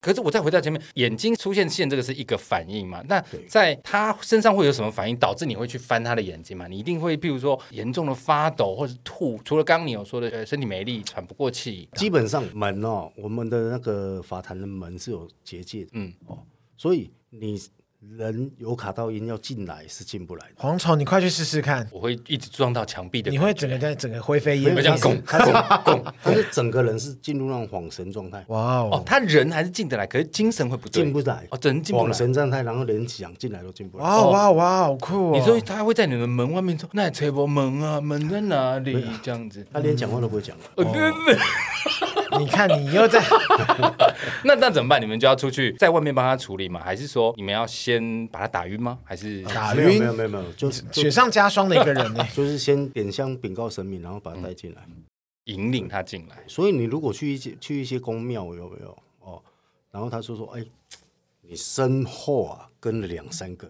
Speaker 1: 可是我再回到前面，眼睛出现线这个是一个反应嘛？那在他身上会有什么反应导致你会去翻他的眼睛嘛？你一定会，譬如说严重的发抖或者吐。除了刚刚你有说的，呃，身体没力、喘不过气，
Speaker 3: 基本上门哦，我们的那个法坛的门是有结界的，哦
Speaker 1: 嗯，
Speaker 3: 所以你人有卡到音要进来是进不来的。
Speaker 2: 蝗虫，你快去试试看，
Speaker 1: 我会一直撞到墙壁的
Speaker 2: 你
Speaker 1: 感觉。
Speaker 2: 会整个在整个灰飞
Speaker 3: 没
Speaker 2: 烟
Speaker 1: 会
Speaker 3: 有
Speaker 1: 这样
Speaker 3: 他
Speaker 1: 拱
Speaker 2: 灭。
Speaker 3: 是他是他是整个人是进入那种恍神状态，
Speaker 2: 哇
Speaker 1: 哦
Speaker 2: 哦，，
Speaker 1: 他人还是进得来，可是精神会不对
Speaker 3: 进不来
Speaker 1: 哦，人进不
Speaker 3: 恍
Speaker 1: 来。
Speaker 3: 神状态，然后连想进来都进不来。
Speaker 2: 哇哦哇哦哇哦，好酷哦！
Speaker 1: 你说他会在你的门外面说：“那吹波门啊，门在哪里？”这样子。
Speaker 3: 他连讲话都不会讲了，
Speaker 1: 哦、
Speaker 2: 你看你又
Speaker 1: *laughs*
Speaker 2: 在
Speaker 1: 那那怎么办？你们就要出去在外面帮他处理吗？还是说你们要先把他打晕吗？还是
Speaker 2: 打
Speaker 3: 没有没
Speaker 2: 晕
Speaker 3: 有，没有没有，就是就
Speaker 2: 雪上加霜的一个人呢。 *laughs*
Speaker 3: 就是先点香禀告神明，然后把他带进来。
Speaker 1: 嗯引领他进来？
Speaker 3: 所以你如果去一些去一些宫庙有没有哦？然后他说说，哎，你身后啊跟了两三个，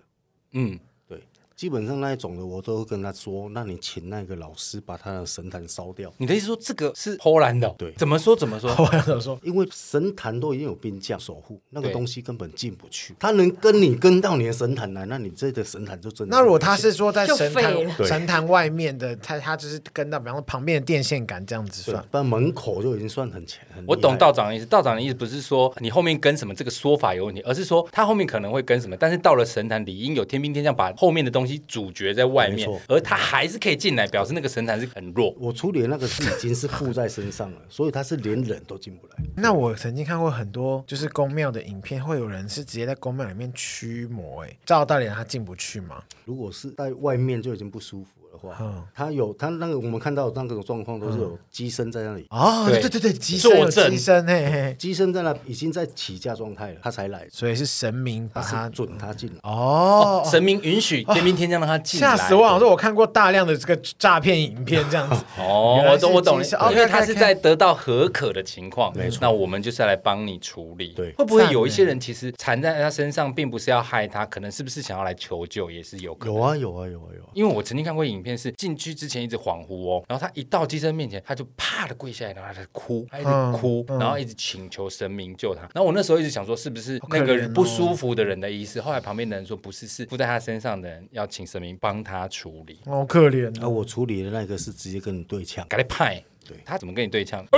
Speaker 1: 嗯，
Speaker 3: 对，基本上那一种的我都会跟他说，那你请那个老师把他的神坛烧掉，
Speaker 1: 你的意思说这个是波兰的哦？
Speaker 3: 对
Speaker 1: 怎么说怎么说？
Speaker 2: 我想说，
Speaker 3: 因为神坛都已经有兵将守护，那个
Speaker 1: 对
Speaker 3: 东西根本进不去。他能跟你跟到你的神坛来，那你这个神坛就真的。
Speaker 2: 那如果他是说在
Speaker 5: 就
Speaker 2: 神
Speaker 5: 废了
Speaker 2: 坛
Speaker 3: 对
Speaker 2: 神坛外面的，他他只是跟到，比方说旁边的电线杆这样子
Speaker 3: 对
Speaker 2: 算，，
Speaker 3: 但门口就已经算很强。很厉害
Speaker 1: 我懂道长的意思，道长的意思不是说你后面跟什么这个说法有问题，而是说他后面可能会跟什么，但是到了神坛理应有天兵天将把后面的东西阻绝在外面
Speaker 3: 没错，
Speaker 1: 而他还是可以进来，表示那个神坛是很弱。
Speaker 3: 我处理的那个是已经是附在身上了， *laughs* 所以他是连人都进不来。
Speaker 2: 那我曾经看过很多就是宫庙的影片，会有人是直接在宫庙里面驱魔、哎，照道理他进不去嘛，
Speaker 3: 如果是在外面就已经不舒服的话，
Speaker 2: 嗯
Speaker 3: 他有他那个我们看到的那种状况都是有机身在那里，
Speaker 2: 哦，
Speaker 1: 对
Speaker 2: 对对对，机身有
Speaker 1: 坐镇
Speaker 2: 机身，嘿嘿，
Speaker 3: 机身在那已经在起架状态了，他才来，
Speaker 2: 所以是神明把
Speaker 3: 他
Speaker 2: 他
Speaker 3: 是准他进来。
Speaker 2: 哦。
Speaker 1: 神明允许天兵天将让他进哦来，
Speaker 2: 吓死我！我说我看过大量的这个诈骗影片，这样
Speaker 1: *laughs*
Speaker 2: 子
Speaker 1: 哦
Speaker 2: 原，来
Speaker 1: 我
Speaker 2: 是
Speaker 1: 懂，我懂了，
Speaker 2: 机身哦
Speaker 1: 因为
Speaker 2: 看
Speaker 1: 他
Speaker 2: 看
Speaker 1: 是
Speaker 2: 看
Speaker 1: 在得到合可的情况，那我们就是要来帮你处理。
Speaker 3: 对
Speaker 1: 会不会
Speaker 2: 赞
Speaker 1: 有一
Speaker 2: 欸
Speaker 1: 些人其实缠在他身上，并不是要害他，可能是不是想要来求救，也是有可能。
Speaker 3: 有啊有啊有啊有啊，
Speaker 1: 因为我曾经看过影片，是进去之前一直恍惚哦，然后他一到机身面前，他就啪的跪下来，然后他就哭，他一直哭，然后一直请求神明救他。然后我那时候一直想说，是不是
Speaker 2: 可
Speaker 1: 那个
Speaker 2: 怜
Speaker 1: 人
Speaker 2: 哦
Speaker 1: 不舒服的人的意思？后来旁边的人说不是，是附在他身上的人要请神明帮他处理，
Speaker 2: 好可怜哦。
Speaker 3: 那、啊我处理的那个是直接跟你对呛，
Speaker 1: 赶快派。
Speaker 3: 对
Speaker 1: 他怎么跟你对呛？ *laughs*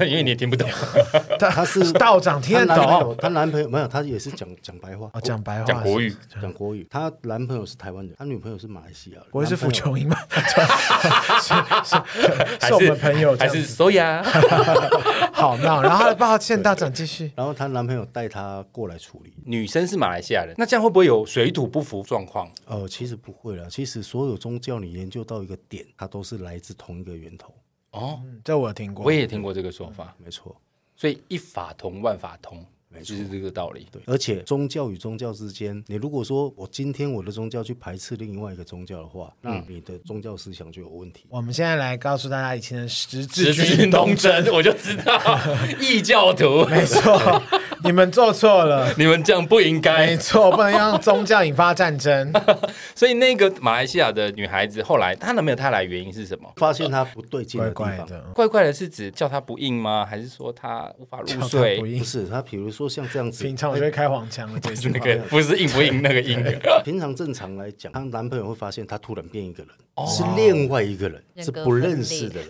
Speaker 1: 因为你也听不懂，
Speaker 3: 他 *laughs* 是
Speaker 2: 道长听
Speaker 3: 她
Speaker 2: 得
Speaker 3: 男朋友，
Speaker 2: 懂，
Speaker 3: 她男朋友没有，她也是讲讲白话
Speaker 2: 哦，，讲白话，
Speaker 1: 讲国语，
Speaker 3: 讲国语。她男朋友是台湾人，她女朋友是马来西亚人。
Speaker 2: 不会是
Speaker 3: 男
Speaker 2: 傅
Speaker 3: 朋友
Speaker 2: 琼英吧？ *laughs* 是是是我们朋友
Speaker 1: 还
Speaker 2: 这样子，
Speaker 1: 是啊 Soya？
Speaker 2: 好闹。然后他的抱歉，道长继续。
Speaker 3: 然后她男朋友带她过来处理。
Speaker 1: *laughs* 女生是马来西亚人，那这样会不会有水土不服状况？
Speaker 3: 哦，其实不会啦，其实所有宗教你研究到一个点，它都是来自同一个源头，
Speaker 1: 哦，
Speaker 2: 嗯这我有听过，
Speaker 1: 我也听过这个说法，
Speaker 3: 没错。
Speaker 1: 所以一法通万法通，就是这个道理。
Speaker 3: 对，而且宗教与宗教之间，你如果说我今天我的宗教去排斥另外一个宗教的话，
Speaker 2: 嗯
Speaker 3: 那你的宗教思想就有问题。
Speaker 2: 我们现在来告诉大家以前的十字
Speaker 1: 十字军
Speaker 2: 军 *laughs*
Speaker 1: 东征，我就知道异教徒。
Speaker 2: 没错，你们做错
Speaker 1: *laughs*
Speaker 2: 了，
Speaker 1: 你们这样不应该
Speaker 2: 没。错，不能让宗教引发战争。
Speaker 1: 所以那个马来西亚的女孩子后来她男朋友她来原因是什么？
Speaker 3: 发现他不对劲
Speaker 2: 怪怪
Speaker 3: 的地方。
Speaker 2: 的，
Speaker 1: 怪怪的是指叫她不应吗？还是说她无法入
Speaker 2: 叫他
Speaker 1: 睡
Speaker 2: 不？
Speaker 3: 不
Speaker 2: 应，
Speaker 3: 是他，比如说像这样子，
Speaker 2: 平常我就会开黄腔了。这句
Speaker 1: *laughs* 那
Speaker 2: 话
Speaker 1: 个不是应不应那个
Speaker 2: *laughs*
Speaker 1: 应。
Speaker 3: 平常正常来讲，她男朋友会发现她突然变一个人，
Speaker 2: 哦
Speaker 3: 是另外一个人，
Speaker 5: 人
Speaker 3: 是
Speaker 5: 格
Speaker 3: 不
Speaker 5: 分
Speaker 3: 认
Speaker 5: 裂
Speaker 3: 识的人。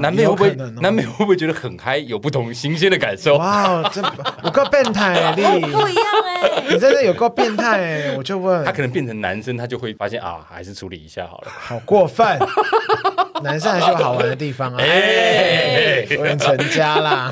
Speaker 1: 男朋友会不
Speaker 2: 有可
Speaker 1: 会
Speaker 2: 能哦
Speaker 1: 男朋友会不会觉得很嗨，有不同新鲜的感受？
Speaker 2: 哇，真有够变
Speaker 5: *laughs*
Speaker 2: 态，丽，
Speaker 5: 不一样哎、
Speaker 2: 你真的有够变态，我就问
Speaker 1: 他，可能变成男生，他就会发现啊，还是处理一下好了。
Speaker 2: 好过分。男生还是有好玩的地方啊，
Speaker 1: 哎、
Speaker 2: 有人成家啦。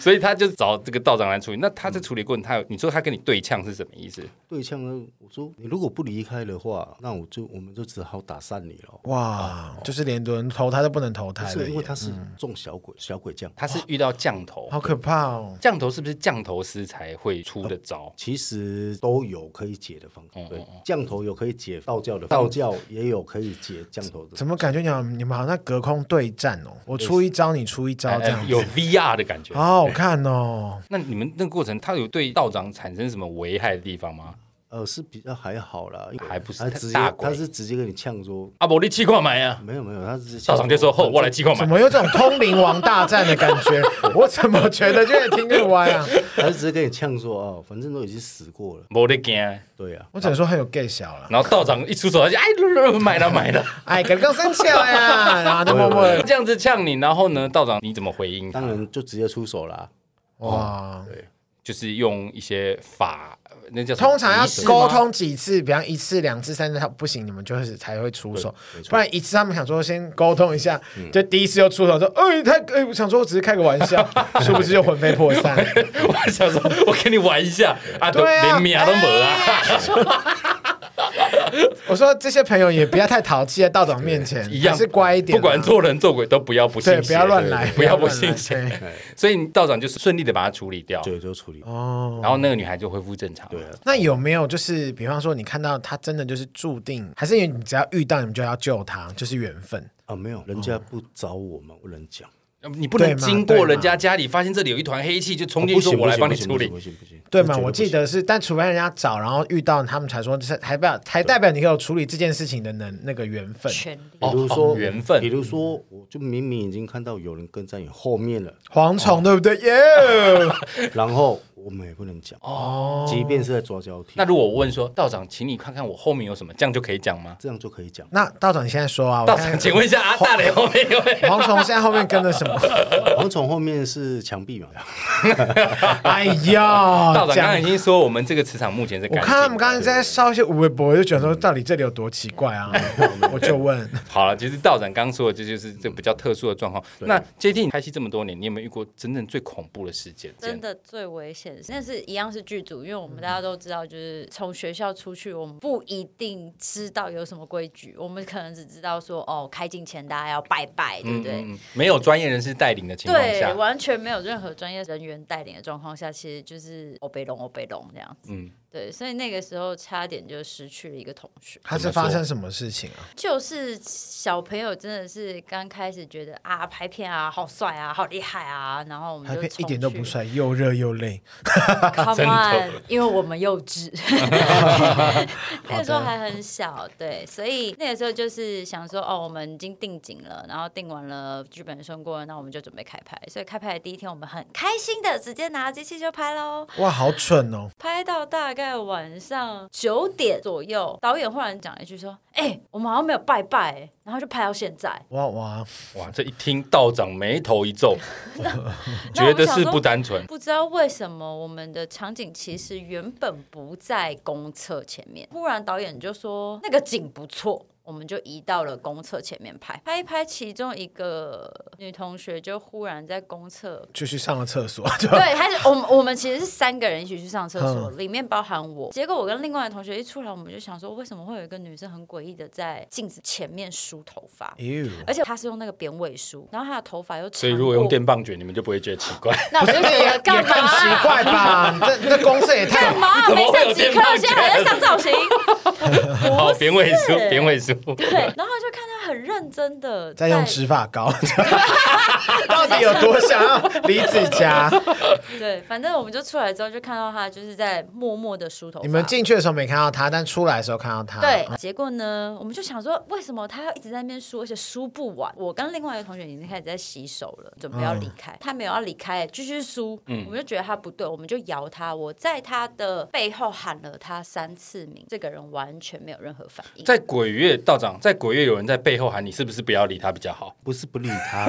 Speaker 1: 所以他就找这个道长来处理。那他在
Speaker 2: 嗯
Speaker 1: 处理过程，他有你说他跟你对呛是什么意思？
Speaker 3: 对象呢，我说你如果不离开的话，那我就我们就只好打散你了。
Speaker 2: 哇，就是连轮投胎都不能投胎了
Speaker 3: 哦是因为
Speaker 2: 耶，
Speaker 3: 他是
Speaker 1: 嗯
Speaker 3: 中小鬼，小鬼将。
Speaker 1: 他是遇到降头，
Speaker 2: 好可怕哦。
Speaker 1: 降头是不是降头师才会出的招？
Speaker 3: 其实都有可以解的方
Speaker 1: 哦
Speaker 3: 法，对，降头有可以解道教的，道教也有可以解降头的
Speaker 2: 怎。么感觉你们你们好像隔空对战哦？我出一招，你出一招，啊这样
Speaker 1: 哎有
Speaker 2: 子，
Speaker 1: VR 的感觉。
Speaker 2: 好好看哦。
Speaker 1: 那你们那个过程，他有对道长产生什么危害的地方吗？
Speaker 3: 呃，是比较还好啦，因为
Speaker 1: 还不是
Speaker 3: 他直接
Speaker 1: 大鬼
Speaker 3: 他是直接跟你呛说，
Speaker 1: 阿啊伯，你气矿买呀？
Speaker 3: 没有没有，他直接
Speaker 1: 道长就说：“后我来气矿
Speaker 2: 怎
Speaker 1: 买。
Speaker 2: 么有种通灵王大战的感觉？我怎么觉得越听越歪啊？
Speaker 3: 他是直接跟你呛说哦，反正都已经死过了，”
Speaker 1: 没得惊，然
Speaker 3: 对啊，
Speaker 2: 我只能说很有 gay 小了。
Speaker 1: 后道长一出手，他就哎， *laughs* 买了买了，
Speaker 2: *laughs* 哎，可更生气了呀，然后就默默
Speaker 1: 他
Speaker 2: 地
Speaker 1: 这样子呛你，然后呢，道长你怎么回应他？
Speaker 3: 当然就直接出手啦。
Speaker 2: 哇。
Speaker 1: 就是用一些法，那叫什么
Speaker 2: 通常要
Speaker 1: 仪式吗
Speaker 2: 沟通几次，比方一次、两次、三次，他不行，你们就是才会出手。不然一次他们想说先沟通一下，
Speaker 1: 嗯
Speaker 2: 就第一次就出手说，哎，他哎，我想说我只是开个玩
Speaker 1: *laughs*
Speaker 2: 笑，殊不知就魂飞魄散。
Speaker 1: *laughs* 我想说，我跟你玩一下啊，都
Speaker 2: 对啊哎
Speaker 1: 连名都没啊，
Speaker 2: 我说这些朋友也不要太淘气，在道长面前
Speaker 1: 一样
Speaker 2: 还是乖一点啊，
Speaker 1: 不管做人做鬼都不要不信
Speaker 2: 对，
Speaker 1: 邪，
Speaker 2: 不要乱来，
Speaker 1: 不要不信
Speaker 2: 乱
Speaker 1: 邪。
Speaker 2: 来。对
Speaker 1: 所以道长就是顺利的把它处理掉，
Speaker 3: 对，就处理。
Speaker 2: 哦，
Speaker 1: 然后那个女孩就恢复正常。
Speaker 3: 对啊，
Speaker 2: *laughs* 那有没有就是，比方说你看到他真的就是注定，还是因为你只要遇到你们就要救他，就是缘分？
Speaker 3: 啊，
Speaker 1: 哦
Speaker 3: 没有，人家不找我们，不能讲。
Speaker 1: 你不能
Speaker 2: 对嘛
Speaker 1: 经
Speaker 2: 对
Speaker 1: 过
Speaker 2: 嘛
Speaker 1: 人家家里，发现这里有一团黑气，就冲进
Speaker 3: 哦不
Speaker 1: 去说
Speaker 3: 行，
Speaker 1: 我来
Speaker 3: 不行
Speaker 1: 帮你
Speaker 3: 不行
Speaker 1: 处理
Speaker 3: 不。行不行，不行
Speaker 2: 对
Speaker 3: 这
Speaker 2: 嘛？
Speaker 3: 绝
Speaker 2: 我
Speaker 3: 不行
Speaker 2: 记得是，但除非人家找，然后遇到他们才说，就是还代表才代表你有处理这件事情的能那个缘分。
Speaker 5: 权力
Speaker 1: 哦
Speaker 3: 比如说
Speaker 1: 哦缘分嗯
Speaker 3: 比如说，我就明明已经看到有人跟在你后
Speaker 1: *laughs*
Speaker 3: 面了，
Speaker 2: 蝗
Speaker 1: 哦
Speaker 2: 虫对不对？耶、
Speaker 3: 然后我们也不能讲哦，即便是在抓交替，
Speaker 1: 那如果我问说道长，请你看看我后面有什么，这样就可以讲
Speaker 3: *laughs*
Speaker 1: 吗？
Speaker 3: 这样就可以讲。
Speaker 2: 那道长，你现在说啊，
Speaker 1: 道
Speaker 2: 我
Speaker 1: 长，
Speaker 2: 看
Speaker 1: 请问一下啊，大雷后面有没
Speaker 3: *laughs*
Speaker 1: 有？
Speaker 2: 蝗虫现在后面跟着什
Speaker 1: *laughs*
Speaker 2: 么？
Speaker 3: 蝗虫后面是墙壁嘛，
Speaker 2: 哎
Speaker 1: 道
Speaker 3: 哦
Speaker 2: 呀，
Speaker 1: 长刚刚已
Speaker 2: 讲。
Speaker 1: 经说我们这个磁场目前是
Speaker 2: 我
Speaker 1: 干净的。
Speaker 2: 看他们刚才在烧一些微博，我就觉得
Speaker 1: 嗯
Speaker 2: 说到底这里有多奇
Speaker 1: *laughs*
Speaker 2: 怪啊！我就问，
Speaker 1: 好了，其实道长刚说的，这就是这比较特殊的状况。那 JT 你拍戏这么多年，你有没有遇过真正最恐怖的事件？
Speaker 5: 真的最危险，但是一样是剧组，因为我们大家都知道，就是从学校出去，我们不一定知道有什么规矩，我们可能只知道说，哦，开镜前大家要拜拜，对不对？
Speaker 1: 嗯，没有专业人士带领的情况
Speaker 5: 对，
Speaker 1: 下，
Speaker 5: 完全没有任何专业人员带领的状况下，其实就是欧北龙、欧北龙这样子。
Speaker 1: 嗯，
Speaker 5: 对，所以那个时候差点就失去了一个同学。
Speaker 2: 他是发生什么事情啊？
Speaker 5: 就是小朋友真的是刚开始觉得啊，拍片啊，好帅啊，好厉害啊，然后我们
Speaker 2: 他
Speaker 5: 就
Speaker 2: 片一
Speaker 5: 冲
Speaker 2: 点都
Speaker 5: 去
Speaker 2: 不帅，又热又累。
Speaker 5: Come
Speaker 1: 啊真的
Speaker 5: on，因为我们幼
Speaker 1: *laughs*
Speaker 5: 稚，那个时候还很小，对，所以那个时候就是想说，哦，我们已经定景了，然后定完了剧本送过了，那我们就准备开拍。所以开拍的第一天，我们很开心的直接拿机器就拍喽，
Speaker 2: 哇，好蠢哦！
Speaker 5: 拍到大概晚上九点左右，导演忽然讲了一句说，哎、我们好像没有拜拜、然后就拍到现在。
Speaker 2: 哇哇，
Speaker 1: 哇，这一听道长眉头一
Speaker 5: *laughs*
Speaker 1: 皱，
Speaker 5: 那
Speaker 1: 觉
Speaker 5: 我
Speaker 1: 得
Speaker 5: 想
Speaker 1: 是
Speaker 5: 说
Speaker 1: 不单纯。
Speaker 5: 不知道为什么我们的场景其实原本不在公厕前面，忽然导演就说那个景不错。我们就移到了公厕前面拍，拍一拍，其中一个女同学就忽然在
Speaker 1: *laughs*
Speaker 5: 公厕，
Speaker 2: 就去上了厕所， *laughs* 就
Speaker 5: 对，她是我们我们其实是三个人一起去上厕所，
Speaker 1: 嗯
Speaker 5: 里面包含我。结果我跟另外的同学一出来，我们就想说，为什么会有一个女生很诡异的在镜子前面梳头发，
Speaker 2: 哟，
Speaker 5: 而且她是用那个扁尾梳，然后她的头发又长，
Speaker 1: 嗯所以如果用，电棒卷，你们就不会觉得奇怪。
Speaker 5: 那我就觉
Speaker 1: *laughs*
Speaker 5: 得 *laughs* 干嘛、啊
Speaker 2: 更奇怪吧？这这公司也太
Speaker 5: 干……
Speaker 1: *laughs*
Speaker 5: 嘛？
Speaker 1: 怎
Speaker 5: 没
Speaker 1: 么会有
Speaker 5: 上几
Speaker 1: 电
Speaker 5: 课，
Speaker 1: 棒
Speaker 5: 现
Speaker 1: *laughs*
Speaker 5: 在还在上造型。
Speaker 1: 好，扁尾叔，扁尾叔，
Speaker 5: 欸对，然后就看他很认认真的
Speaker 2: 再用植发膏， *laughs* 到底有多想要离子家？
Speaker 5: 对，反正我们就出来之后就看到他就是在默默的梳头发。
Speaker 2: 你们进去的时候没看到他，但出来的时候看到他。
Speaker 5: 对，结果呢，我们就想说，为什么他要一直在那边梳，而且梳不完？我跟另外一个同学已经开始在洗手了，准备
Speaker 2: 嗯
Speaker 5: 要离开，他没有要离开，继续梳。
Speaker 1: 嗯
Speaker 5: 我们就觉得他不对，我们就摇他，我在他的背后喊了他三次名，这个人完全没有任何反应。
Speaker 1: 在鬼月道长，在鬼月有人在背后喊你，是不是不要理他比较好？
Speaker 3: 不是不理他，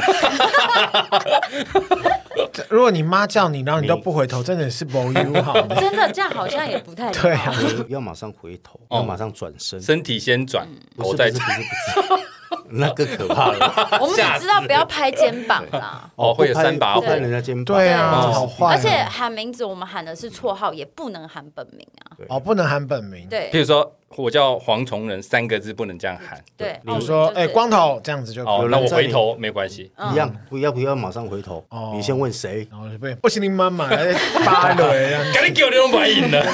Speaker 2: 这如果你妈叫你，然后你都不回头，真的是不 you 好
Speaker 5: *laughs*
Speaker 2: 呢。
Speaker 5: 真的这样好像也不太
Speaker 2: *laughs* 对啊，
Speaker 3: 回要马上回头，要马上转身，
Speaker 1: 身体先转，
Speaker 5: 嗯
Speaker 3: 不
Speaker 1: 哦头
Speaker 3: 是不
Speaker 1: 再
Speaker 3: 是不
Speaker 1: 转。
Speaker 3: 是不是，
Speaker 1: *laughs*
Speaker 3: 那更可怕了。
Speaker 5: *laughs* 我们只知道不要拍肩膀啦。
Speaker 1: 哦，会有
Speaker 3: 不拍
Speaker 1: 三把
Speaker 3: 不
Speaker 1: 火，
Speaker 3: 拍人家肩膀，
Speaker 2: 对啊，
Speaker 1: 哦
Speaker 2: 好 *laughs* 坏哦。
Speaker 5: 而且喊名字，我们喊的是绰号，也不能喊本名啊。
Speaker 2: 哦，不能喊本名。，
Speaker 5: 对
Speaker 1: *laughs* 譬如说我叫黄崇仁三个字不能这样喊。
Speaker 5: 对，嗯
Speaker 2: 比如说，哎，光头这样子就可以
Speaker 1: 哦，
Speaker 3: 人
Speaker 1: 那我
Speaker 3: 在
Speaker 1: 回
Speaker 3: 你
Speaker 1: 头没关系。
Speaker 3: 一样，不要不要马上回头，
Speaker 1: 哦
Speaker 3: 你先问谁？
Speaker 2: 然后就被不行，你妈妈在芭蕾这样
Speaker 1: 赶紧给我那种白银的。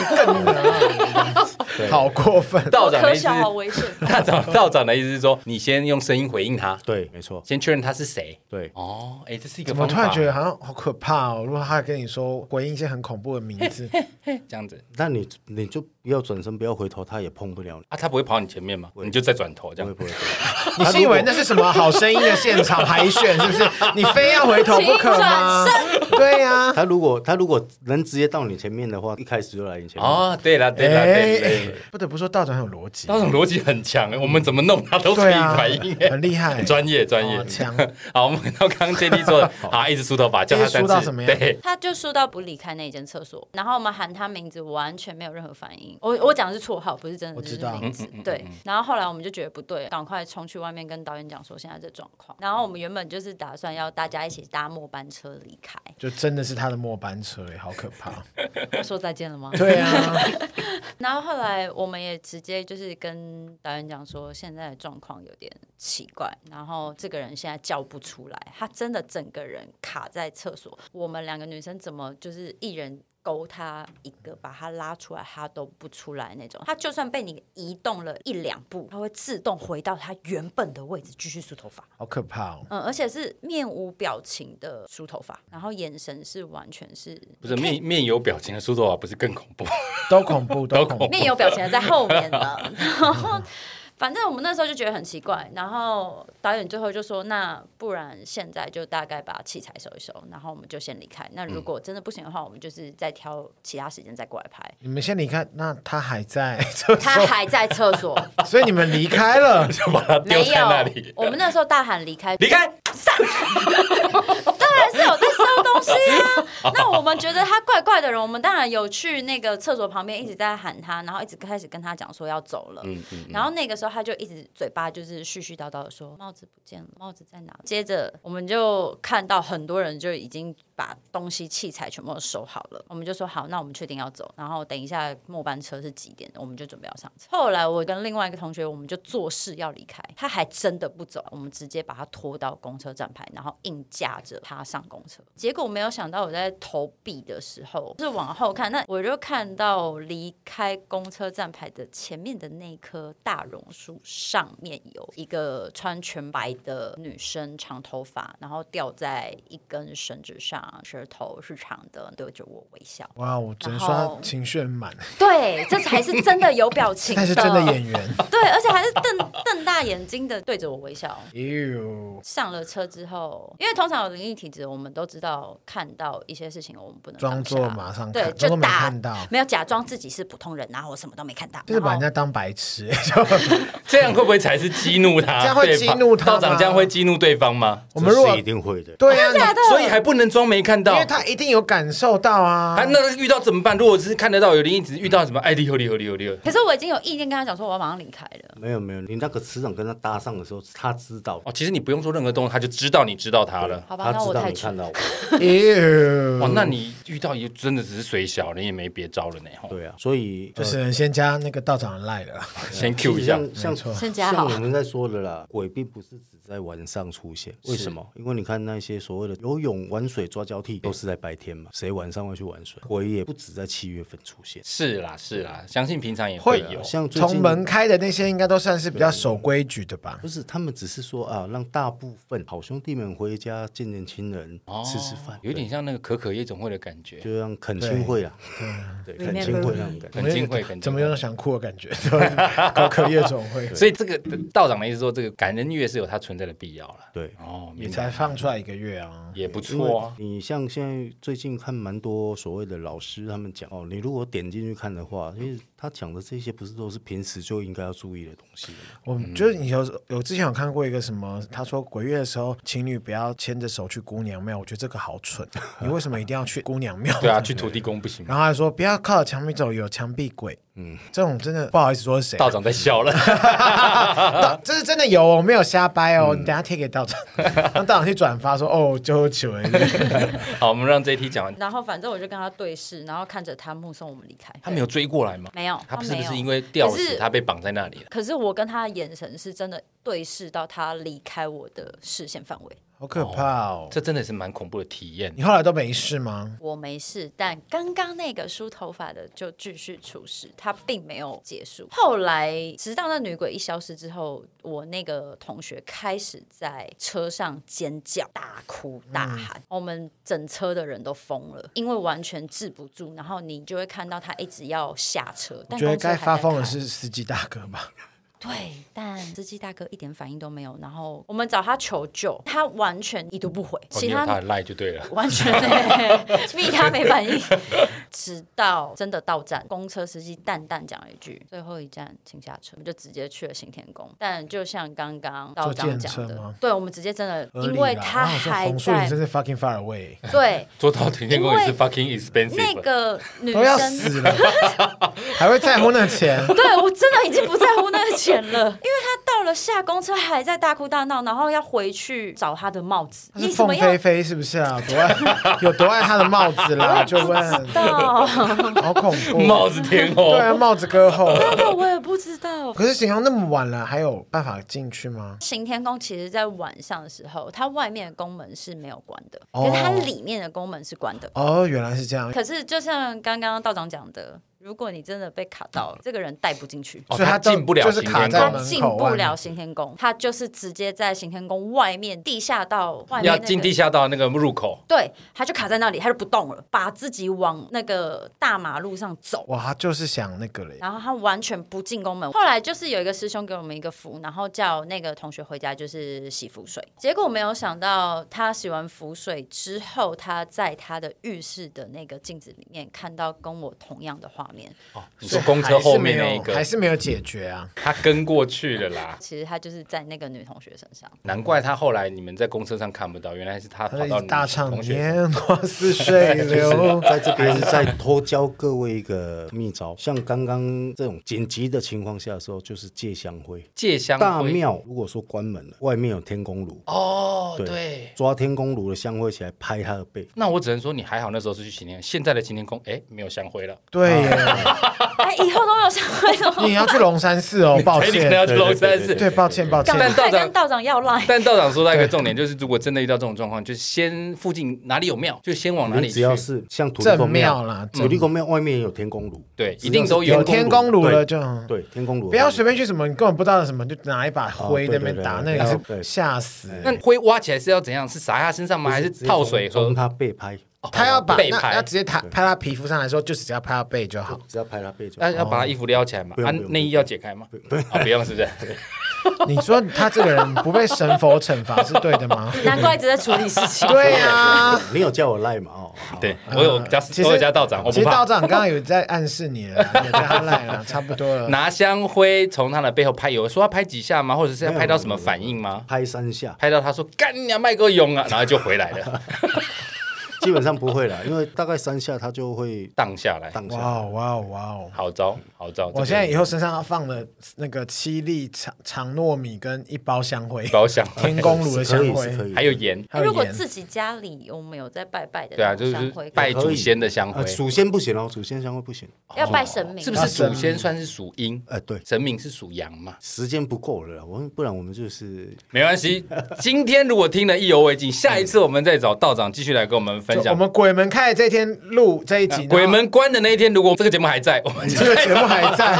Speaker 3: 对
Speaker 2: 好过分。
Speaker 1: 道长的
Speaker 5: 科
Speaker 1: 意思
Speaker 5: 小好危险。
Speaker 1: 道长道长的意思是说，你先用声音回应他，
Speaker 3: 对，没错，
Speaker 1: 先确认他是谁。
Speaker 3: 对，
Speaker 1: 哦，哎，这是一个
Speaker 2: 怎么
Speaker 1: 方
Speaker 2: 突然
Speaker 1: 法。
Speaker 2: 觉得好像好可怕哦？如果他跟你说回应一些很恐怖的名字，
Speaker 1: 这样子
Speaker 3: 那你你就不要转身，不要回头，他也碰不了你，
Speaker 1: 啊，他不会跑你前面吗？你就再转头这
Speaker 3: 不会
Speaker 1: 样。
Speaker 2: *laughs*
Speaker 3: 不会。
Speaker 2: 你是以为那是什么好声音的现场海选是不是？你非要回头不可
Speaker 5: *laughs*
Speaker 2: 吗？对呀，
Speaker 3: 他如果他如果能直接到你前面的话，一开始就来你前面。
Speaker 1: 哦，对了对了对了对
Speaker 2: 哎
Speaker 1: 了，，
Speaker 2: 不得不说道长很有逻辑，
Speaker 1: 道长逻辑很强，哎我们怎么弄他都可
Speaker 2: 对
Speaker 1: 以
Speaker 2: 啊
Speaker 1: 反应，，哎
Speaker 2: 很厉害。
Speaker 1: 专业专业
Speaker 2: 哦强。
Speaker 1: *laughs* 好，我们回到刚刚 J D
Speaker 2: *laughs*
Speaker 1: 说的，啊，一直梳头发，叫他三
Speaker 2: 一直梳到什
Speaker 1: 次
Speaker 2: 么，样
Speaker 1: 对，
Speaker 5: *laughs* 他就说到不离开那间厕所，然后我们喊他名字，完全没有任何反应。我我讲的是绰号，不是真的，
Speaker 2: 我知
Speaker 5: 就是
Speaker 2: 道
Speaker 1: 嗯
Speaker 5: 名字。对，然后后来我们就觉得不对，赶快冲去外面跟导演讲说现在这状况。然后我们原本就是打算要大家一起搭末班车离开，
Speaker 2: 就真的是他的末班车哎，好可怕！
Speaker 1: *laughs*
Speaker 5: 我说再见了吗？
Speaker 2: 对啊，
Speaker 5: 然后后来我们也直接就是跟导演讲说，现在的状况有点奇怪，然后这个人现在叫不出来，他真的整个人卡在厕所。我们两个女生怎么就是一人勾他一个，把他拉出来，他都不出来那种。他就算被你移动了一两步，他会自动回到他原本的位置继续梳头发。
Speaker 2: 好可怕哦。
Speaker 5: 嗯，而且是面无表情的梳头发，然后眼神是完全是
Speaker 1: 不是面面有表情的梳头发，不是更恐怖？
Speaker 2: 都恐怖，都恐怖。
Speaker 5: *laughs* 面有表情的在后面
Speaker 1: *laughs*
Speaker 5: 了。然后，反正我们那时候就觉得很奇怪。然后导演最后就说：“那不然现在就大概把器材收一收，然后我们就先离开。那如果真的不行的话，我们就是再挑其他时间再过来拍。”
Speaker 2: 你们先离开，那他还在厕
Speaker 5: 他
Speaker 2: 所，
Speaker 5: 还在厕所，
Speaker 2: *laughs* 所以你们离开
Speaker 5: *laughs*
Speaker 2: 了。
Speaker 1: 就把他 *laughs* 丢
Speaker 5: 没
Speaker 1: 在那
Speaker 5: 有
Speaker 1: 里。。
Speaker 5: 我们那时候大喊离开，
Speaker 1: 离开，
Speaker 5: 当然是有在烧东西啊。那我们觉得他怪怪的人，我们当然有去那个厕所旁边一直在喊他，然后一直开始跟他讲说要走了。然后那个时候他就一直嘴巴就是絮絮叨叨的说帽子不见了，帽子在哪？接着我们就看到很多人就已经把东西器材全部都收好了，我们就说好，那我们确定要走，然后等一下末班车是几点，我们就准备要上车。后来我跟另外一个同学，我们就做事要离开，他还真的不走，我们直接把他拖到公车站牌，然后硬架着他上公车。结果没有想到我在投币的时候，就是往后看，那我就看到离开公车站牌的前面的那棵大榕树上面有一个穿全白的女生，长头发，然后吊在一根绳子上，舌头是长的，对着我微笑。
Speaker 2: 哇，我只能说他情绪很满，啊
Speaker 5: 对，这才是真的有
Speaker 2: *laughs*
Speaker 5: 表情
Speaker 2: 但是真的演
Speaker 5: *laughs*
Speaker 2: 员。
Speaker 5: 对，而且还是瞪瞪大眼睛的对着我微笑。
Speaker 2: 哟，
Speaker 5: 上了车之后，因为通常有灵异体质，我们都知道看到一些事情，我们不能
Speaker 2: 装作
Speaker 5: 当下
Speaker 2: 马上
Speaker 5: 对，
Speaker 2: 看，
Speaker 5: 就
Speaker 2: 装作没
Speaker 5: 打
Speaker 2: 看到，
Speaker 5: 没有假装自己是普通人，然后我什么都没看到，
Speaker 2: 就是把
Speaker 5: 然
Speaker 2: 人家
Speaker 5: 后
Speaker 2: 当白痴，
Speaker 1: *laughs*
Speaker 2: 就
Speaker 1: 这样会不会才是激怒他？
Speaker 2: *laughs* 这样会
Speaker 1: 对
Speaker 2: 激
Speaker 1: 吧
Speaker 2: 怒他吗
Speaker 1: 道长这样会激怒对方吗？
Speaker 2: 我们如
Speaker 3: 这
Speaker 2: 果
Speaker 3: 是一定会的。
Speaker 2: 对啊，你
Speaker 1: 所以还不能装没看到
Speaker 2: 因为。他一定有感受到啊 *laughs*
Speaker 1: 他。那遇到怎么办？如果是看得到有灵异，只遇到什么哎，离合离合离合离合，
Speaker 5: 可是我已经有意见跟他讲说，我要马上离开了。
Speaker 3: 没有没有，你那个磁场跟他搭上的时候，他知道
Speaker 1: 哦，其实你不用做任何动作，他就知道你知道他了。
Speaker 5: 好吧，
Speaker 3: 他
Speaker 5: 那我
Speaker 3: 知道
Speaker 5: 太
Speaker 3: 你看到我。
Speaker 2: 哟，
Speaker 1: 哦，那你遇到也真的只是水小，你也没别招了呢。吼，
Speaker 3: 对啊，所以
Speaker 2: 就
Speaker 3: 呃
Speaker 2: 是先加那个道长的赖
Speaker 1: 啊
Speaker 2: 了，
Speaker 1: *laughs* 先
Speaker 3: 其
Speaker 1: Q
Speaker 3: 实
Speaker 1: 一下。
Speaker 3: 像
Speaker 2: 错
Speaker 5: 先
Speaker 3: 像
Speaker 5: 加好
Speaker 3: 像我们在说的啦，鬼并不是只在晚上出现，为什么？因为你看那些所谓的游泳、玩水、抓抓交替都是在白天嘛，谁晚上会去玩水？鬼也不止在七月份出现。
Speaker 1: 是啦是啦，相信平常也会啊有。
Speaker 3: 像最
Speaker 2: 从
Speaker 3: 近
Speaker 2: 门开的那些应该都算是比较守规矩的吧
Speaker 3: 不？是，他们只是说啊，让大部分好兄弟们回家见见亲人，
Speaker 1: 哦
Speaker 3: 吃吃饭，
Speaker 1: 有点像那个可可夜总会的感觉
Speaker 3: 对，，啊就像恳亲会啊，对，恳亲会那种感觉。
Speaker 1: 很敬会，很
Speaker 2: 怎
Speaker 1: 敬
Speaker 2: 么
Speaker 1: 会
Speaker 2: 有种想哭的感觉？ *laughs* 高可夜总会
Speaker 1: 所以这个道长的意思说，这个感恩月是有它存在的必要了。
Speaker 3: 对，
Speaker 1: 哦，
Speaker 2: 也
Speaker 1: 明白，
Speaker 2: 才放出来一个月
Speaker 1: *laughs*
Speaker 2: 啊，
Speaker 1: 也不
Speaker 3: 因为
Speaker 1: 错啊。
Speaker 3: 你像现在最近看蛮多所谓的老师，他们讲哦，你如果点进去看的话，因为他讲的这些不是都是平时就应该要注意的东西吗？
Speaker 2: 我就是你有有之前有看过一个什么，他说鬼月的时候，情侣不要牵着手去姑娘庙，我觉得这个好蠢，你为什么一定要去姑娘庙？
Speaker 1: 对啊，去土地公不行吗？
Speaker 2: 然后还说不要靠着墙壁走，有墙壁鬼。嗯，这种真的不好意思说是谁啊、
Speaker 1: 道长在笑了， *laughs*
Speaker 2: 道这是真的有哦，我没有瞎掰哦。
Speaker 1: 嗯
Speaker 2: 你等一下贴给道长， *laughs* 让道长去转发说哦，就求了。
Speaker 1: *laughs* 好，我们让这一题讲完。
Speaker 5: 然后反正我就跟他对视，然后看着他目送我们离开。
Speaker 1: 他没有追过来吗？
Speaker 5: 没有
Speaker 1: 他
Speaker 5: 他
Speaker 1: 是不
Speaker 5: 没
Speaker 1: 是
Speaker 5: 有
Speaker 1: 因为吊
Speaker 5: 可
Speaker 1: 死
Speaker 5: 是
Speaker 1: 他被绑在那里了？
Speaker 5: 可是我跟他的眼神是真的对视到他离开我的视线范围。
Speaker 2: 好可怕哦！
Speaker 1: 这真的是蛮恐怖的体验
Speaker 2: 你。后来都没事吗？
Speaker 5: 我没事，但刚刚那个梳头发的就继续出事，他并没有结束。后来，直到那女鬼一消失之后，我那个同学开始在车上尖叫、大哭、
Speaker 2: 嗯
Speaker 5: 大喊，我们整车的人都疯了，因为完全治不住。然后你就会看到他一直要下车，
Speaker 2: 我
Speaker 5: 但
Speaker 2: 觉得
Speaker 5: 公车
Speaker 2: 该
Speaker 5: 还
Speaker 2: 发
Speaker 5: 在
Speaker 2: 疯的
Speaker 5: 开
Speaker 2: 是司机大哥吧。
Speaker 5: 对，但司机大哥一点反应都没有。然后我们找他求救，他完全一读不回，
Speaker 1: 哦
Speaker 5: 其
Speaker 1: 你有
Speaker 5: 他
Speaker 1: 他的赖就对了。
Speaker 2: *laughs*
Speaker 5: 完全、欸、密他没反应，直到真的到站，公车司机淡淡讲了一句：“最后一站，请下车。”我们就直接去了行天宫。但就像刚刚道长
Speaker 2: 坐
Speaker 5: 讲
Speaker 2: 计程车
Speaker 5: 的
Speaker 2: 吗，
Speaker 5: 对我们直接真的，
Speaker 2: 合理
Speaker 5: 因
Speaker 2: 啦
Speaker 5: 为他
Speaker 2: 我想说
Speaker 5: 还
Speaker 2: 红树林
Speaker 5: 在
Speaker 2: 真是 fucking far away，
Speaker 5: 对
Speaker 1: 做到停电工也是
Speaker 5: 因为
Speaker 1: fucking
Speaker 5: 那
Speaker 1: expensive。
Speaker 5: 个女
Speaker 2: 都要
Speaker 5: 生。
Speaker 2: 死了， *laughs* 还会在乎那
Speaker 5: *laughs*
Speaker 2: 钱？
Speaker 5: 对我真的已经不在乎那个钱了，因 *laughs* 为他到了下公车还在大哭大闹，然后要回去找他的帽子。
Speaker 2: 他是
Speaker 5: 你怎
Speaker 2: 凤
Speaker 5: 么
Speaker 2: 飞
Speaker 5: 样
Speaker 2: 飞是不是啊？多爱 *laughs* 有多爱他的帽子
Speaker 5: *laughs*
Speaker 2: 啦？就问，*laughs*
Speaker 5: 到？
Speaker 2: 好恐怖，
Speaker 1: *laughs* 帽子天后
Speaker 5: *laughs*
Speaker 2: 对，啊，帽子割后。
Speaker 5: 那 *laughs* 我也不知道。
Speaker 2: 可是形容那么晚了，还有办法进去吗？
Speaker 5: 行天宫其实在晚上的时候，它外面的宫门是没有关的，
Speaker 2: 哦
Speaker 5: 可是它里面的宫门是关的。
Speaker 2: 哦，原来是这样，
Speaker 5: 可是就像刚刚道长讲的，如果你真的被卡到了，这个人带不进去。
Speaker 1: 哦
Speaker 2: 所以他
Speaker 1: 他进不了
Speaker 2: 就是
Speaker 1: 行
Speaker 2: 卡
Speaker 1: 天
Speaker 2: 在
Speaker 5: 他
Speaker 1: 宫
Speaker 2: 门
Speaker 5: 进
Speaker 2: 口
Speaker 5: 不
Speaker 2: 外
Speaker 5: 了
Speaker 2: 面。
Speaker 5: 行天宫，他就是直接在行天宫外面地下道外面、那
Speaker 1: 要
Speaker 5: 个
Speaker 1: 进地下道那个入口，
Speaker 5: 对，他就卡在那里，他就不动了，把自己往那个大马路上走。
Speaker 2: 哇，他就是想那个嘞，
Speaker 5: 然后他完全不进宫门。后来就是有一个师兄给我们一个符，然后叫那个同学回家就是洗符水。结果没有想到，他洗完符水之后，他在他的浴室的那个镜子里面看到跟我同样的画面。
Speaker 1: 你说公车后面
Speaker 2: 还
Speaker 1: 那
Speaker 2: 是没
Speaker 1: 一
Speaker 2: 有还
Speaker 1: 个，嗯
Speaker 2: 是没有解决啊。
Speaker 1: 他跟过去了啦。
Speaker 5: 其实他就是在那个女同学身上。
Speaker 1: 难怪他后来你们在公车上看不到，原来是他
Speaker 2: 他
Speaker 1: 跑
Speaker 2: 在
Speaker 1: 到
Speaker 2: 一直
Speaker 1: 你
Speaker 2: 大唱
Speaker 1: 同
Speaker 2: 《
Speaker 1: 学。
Speaker 2: 年华似水流》，
Speaker 3: 在这边再偷教各位一个秘招，像刚刚这种紧急的情况下的时候，就是借香灰。
Speaker 1: 借香
Speaker 3: 大
Speaker 1: 灰
Speaker 3: 庙如果说关门了，外面有天公炉，
Speaker 1: 哦，
Speaker 3: 对
Speaker 1: 对。
Speaker 3: 抓天公炉的香灰起来拍他的背，
Speaker 1: 那我只能说你还好，那时候是去擎天，现在的擎天宫，哎，没有香灰了，
Speaker 2: 对耶，
Speaker 5: *laughs* 哎，以后都没有相关的 *laughs* 话
Speaker 2: 你也要去龙山寺
Speaker 1: *laughs*
Speaker 2: 哦，抱
Speaker 1: 哎，你可能
Speaker 2: 歉
Speaker 1: 要，去龙山寺
Speaker 3: 对。
Speaker 2: 对，抱歉，抱歉
Speaker 5: 赶。
Speaker 1: 但道
Speaker 5: 快
Speaker 1: 长
Speaker 5: 跟道长要
Speaker 1: *laughs*
Speaker 5: 赖。
Speaker 1: 但道长说到一个重点，就是如果真的遇到这种状况，就是先附近哪里有庙，就先往哪里
Speaker 3: 你
Speaker 1: 去。
Speaker 3: 只要是像土地公
Speaker 2: 正
Speaker 3: 庙
Speaker 2: 庙，啦，
Speaker 1: 嗯
Speaker 3: 土地公庙外面也有天公炉，
Speaker 1: 对，
Speaker 3: 只
Speaker 1: 一
Speaker 3: 要
Speaker 1: 定都
Speaker 3: 是
Speaker 2: 有
Speaker 1: 有。
Speaker 2: 天公炉
Speaker 3: 对
Speaker 2: 了就。嗯
Speaker 3: 对天公炉，
Speaker 2: 不要随便去什么，你根本不知道什么，就拿一把
Speaker 3: 哦
Speaker 2: 灰在
Speaker 3: 对
Speaker 2: 那边打，那
Speaker 3: 对对
Speaker 2: 个
Speaker 3: 对
Speaker 2: 是吓死。
Speaker 1: 那灰挖起来是要怎样？是撒在他身上吗？还是泡水喝
Speaker 3: 从？他背拍，
Speaker 2: 他要把
Speaker 1: 背
Speaker 2: 那
Speaker 1: 拍
Speaker 2: 要直接拍拍他皮肤上来说，就是只要拍到背就好。
Speaker 3: 只要拍他背就好
Speaker 1: 那。
Speaker 2: 哦
Speaker 1: 要把他衣服撩起来嘛？
Speaker 3: 不用
Speaker 1: 啊，
Speaker 3: 不用不用
Speaker 1: 内衣要解开吗？啊，不用，
Speaker 2: *laughs*
Speaker 1: 是不是？
Speaker 2: 你说他这个人不被神佛惩罚是对的吗？
Speaker 5: 难怪一直在处理事情。
Speaker 2: 对啊呀、
Speaker 3: 你有叫我赖嘛？哦，好
Speaker 1: 对，我有加，
Speaker 2: 其实
Speaker 1: 我有加道长，我
Speaker 2: 其
Speaker 1: 不
Speaker 2: 实
Speaker 1: 怕。
Speaker 2: 道长刚刚有在暗示你了 *laughs* 啦，有在他赖了，差不多了。
Speaker 1: 拿香灰从他的背后拍，有说要拍几下吗？或者是要拍到什么反应吗？
Speaker 3: 拍三下，
Speaker 1: 拍到他说干你娘麦哥勇啊，然后就回来了， *laughs*
Speaker 3: 基本上不会了，因为大概三下他就会
Speaker 1: 荡下来。
Speaker 3: 荡下
Speaker 2: 哇
Speaker 3: 来。
Speaker 2: 哦哇哦哇哦！
Speaker 1: 好招，好招！
Speaker 2: 我现在以后身上要放的那个七粒长长糯米跟一包香灰，
Speaker 1: 包香，
Speaker 2: 天公炉的香
Speaker 3: 可以是可
Speaker 2: 灰，
Speaker 3: 以，
Speaker 1: *laughs* 还有盐，
Speaker 2: 还有
Speaker 5: 如果
Speaker 2: 盐。
Speaker 5: 自己家里我们有在拜拜的
Speaker 1: 对啊，
Speaker 5: 那
Speaker 1: 就
Speaker 5: 种香
Speaker 1: 是
Speaker 5: 灰，
Speaker 1: 拜祖先的香
Speaker 2: 啊
Speaker 1: 灰
Speaker 3: 呃，，祖先不行哦，祖先香灰不行。
Speaker 5: 要拜神明，啊
Speaker 1: 是不是祖先算是属阴？
Speaker 3: 哎，对，
Speaker 1: 神明是属阳嘛？
Speaker 3: 时间不够了啦，我们不然我们就是
Speaker 1: 没关系，今天如果听得意犹未尽，下一次我们再找道长继续来跟我们分
Speaker 2: 就我
Speaker 1: 享。
Speaker 2: 们鬼门开的这天录这一
Speaker 1: *laughs*
Speaker 2: 集，
Speaker 1: 鬼
Speaker 2: 然后
Speaker 1: 门关的那一天，如果这个节目还在，我
Speaker 3: 哎
Speaker 1: 们就
Speaker 2: *laughs* 这个节目还在，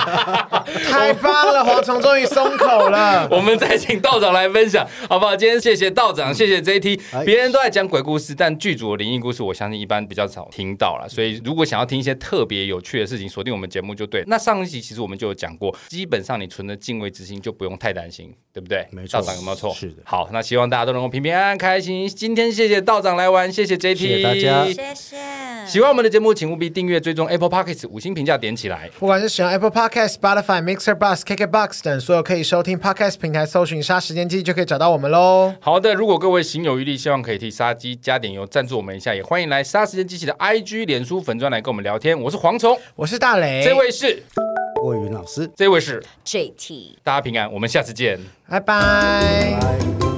Speaker 2: 太棒了，蝗虫终于松口
Speaker 1: *laughs*
Speaker 2: 了。
Speaker 1: 我们再请道长来分
Speaker 3: *laughs*
Speaker 1: 享，好不好？今天谢谢道长，谢谢 JT
Speaker 3: 哎。
Speaker 1: 别人都在讲鬼故事，但剧组的灵异故事，我相信一般比较少听到啦。所以如果想要听一些特别有趣的事情，锁定我们节目就对。那上一集其实我们就有讲过，基本上你存着敬畏之心，就不用太担心，对不对？
Speaker 3: 没错
Speaker 1: 道长有没有错？
Speaker 3: 是的
Speaker 1: 好，那希望大家都能够平平安安、开心。今天谢谢道长来玩，谢谢 JT，
Speaker 3: 谢谢大家
Speaker 5: 谢谢。
Speaker 1: 喜欢我们的节目，请务必订阅、追踪 Apple Podcast，五星评价点起来。
Speaker 2: 不管是使用 Apple Podcast、Spotify、Mixer、Bus、KKBox 等所有可以收听 Podcast 平台，搜寻“杀时间机”就可以找到我们喽。
Speaker 1: 好的，如果各位行有余力，希望可以替杀鸡加点油，赞助我们一下，也欢迎来杀时间机器的 IG、脸书粉专来跟我们聊天。我是蝗虫，
Speaker 2: 我是大雷，
Speaker 1: 这位是，
Speaker 3: 郭云老师，
Speaker 1: 这位是，
Speaker 5: JT。
Speaker 1: 大家平安，我们下次见。
Speaker 2: 拜拜。
Speaker 3: 拜。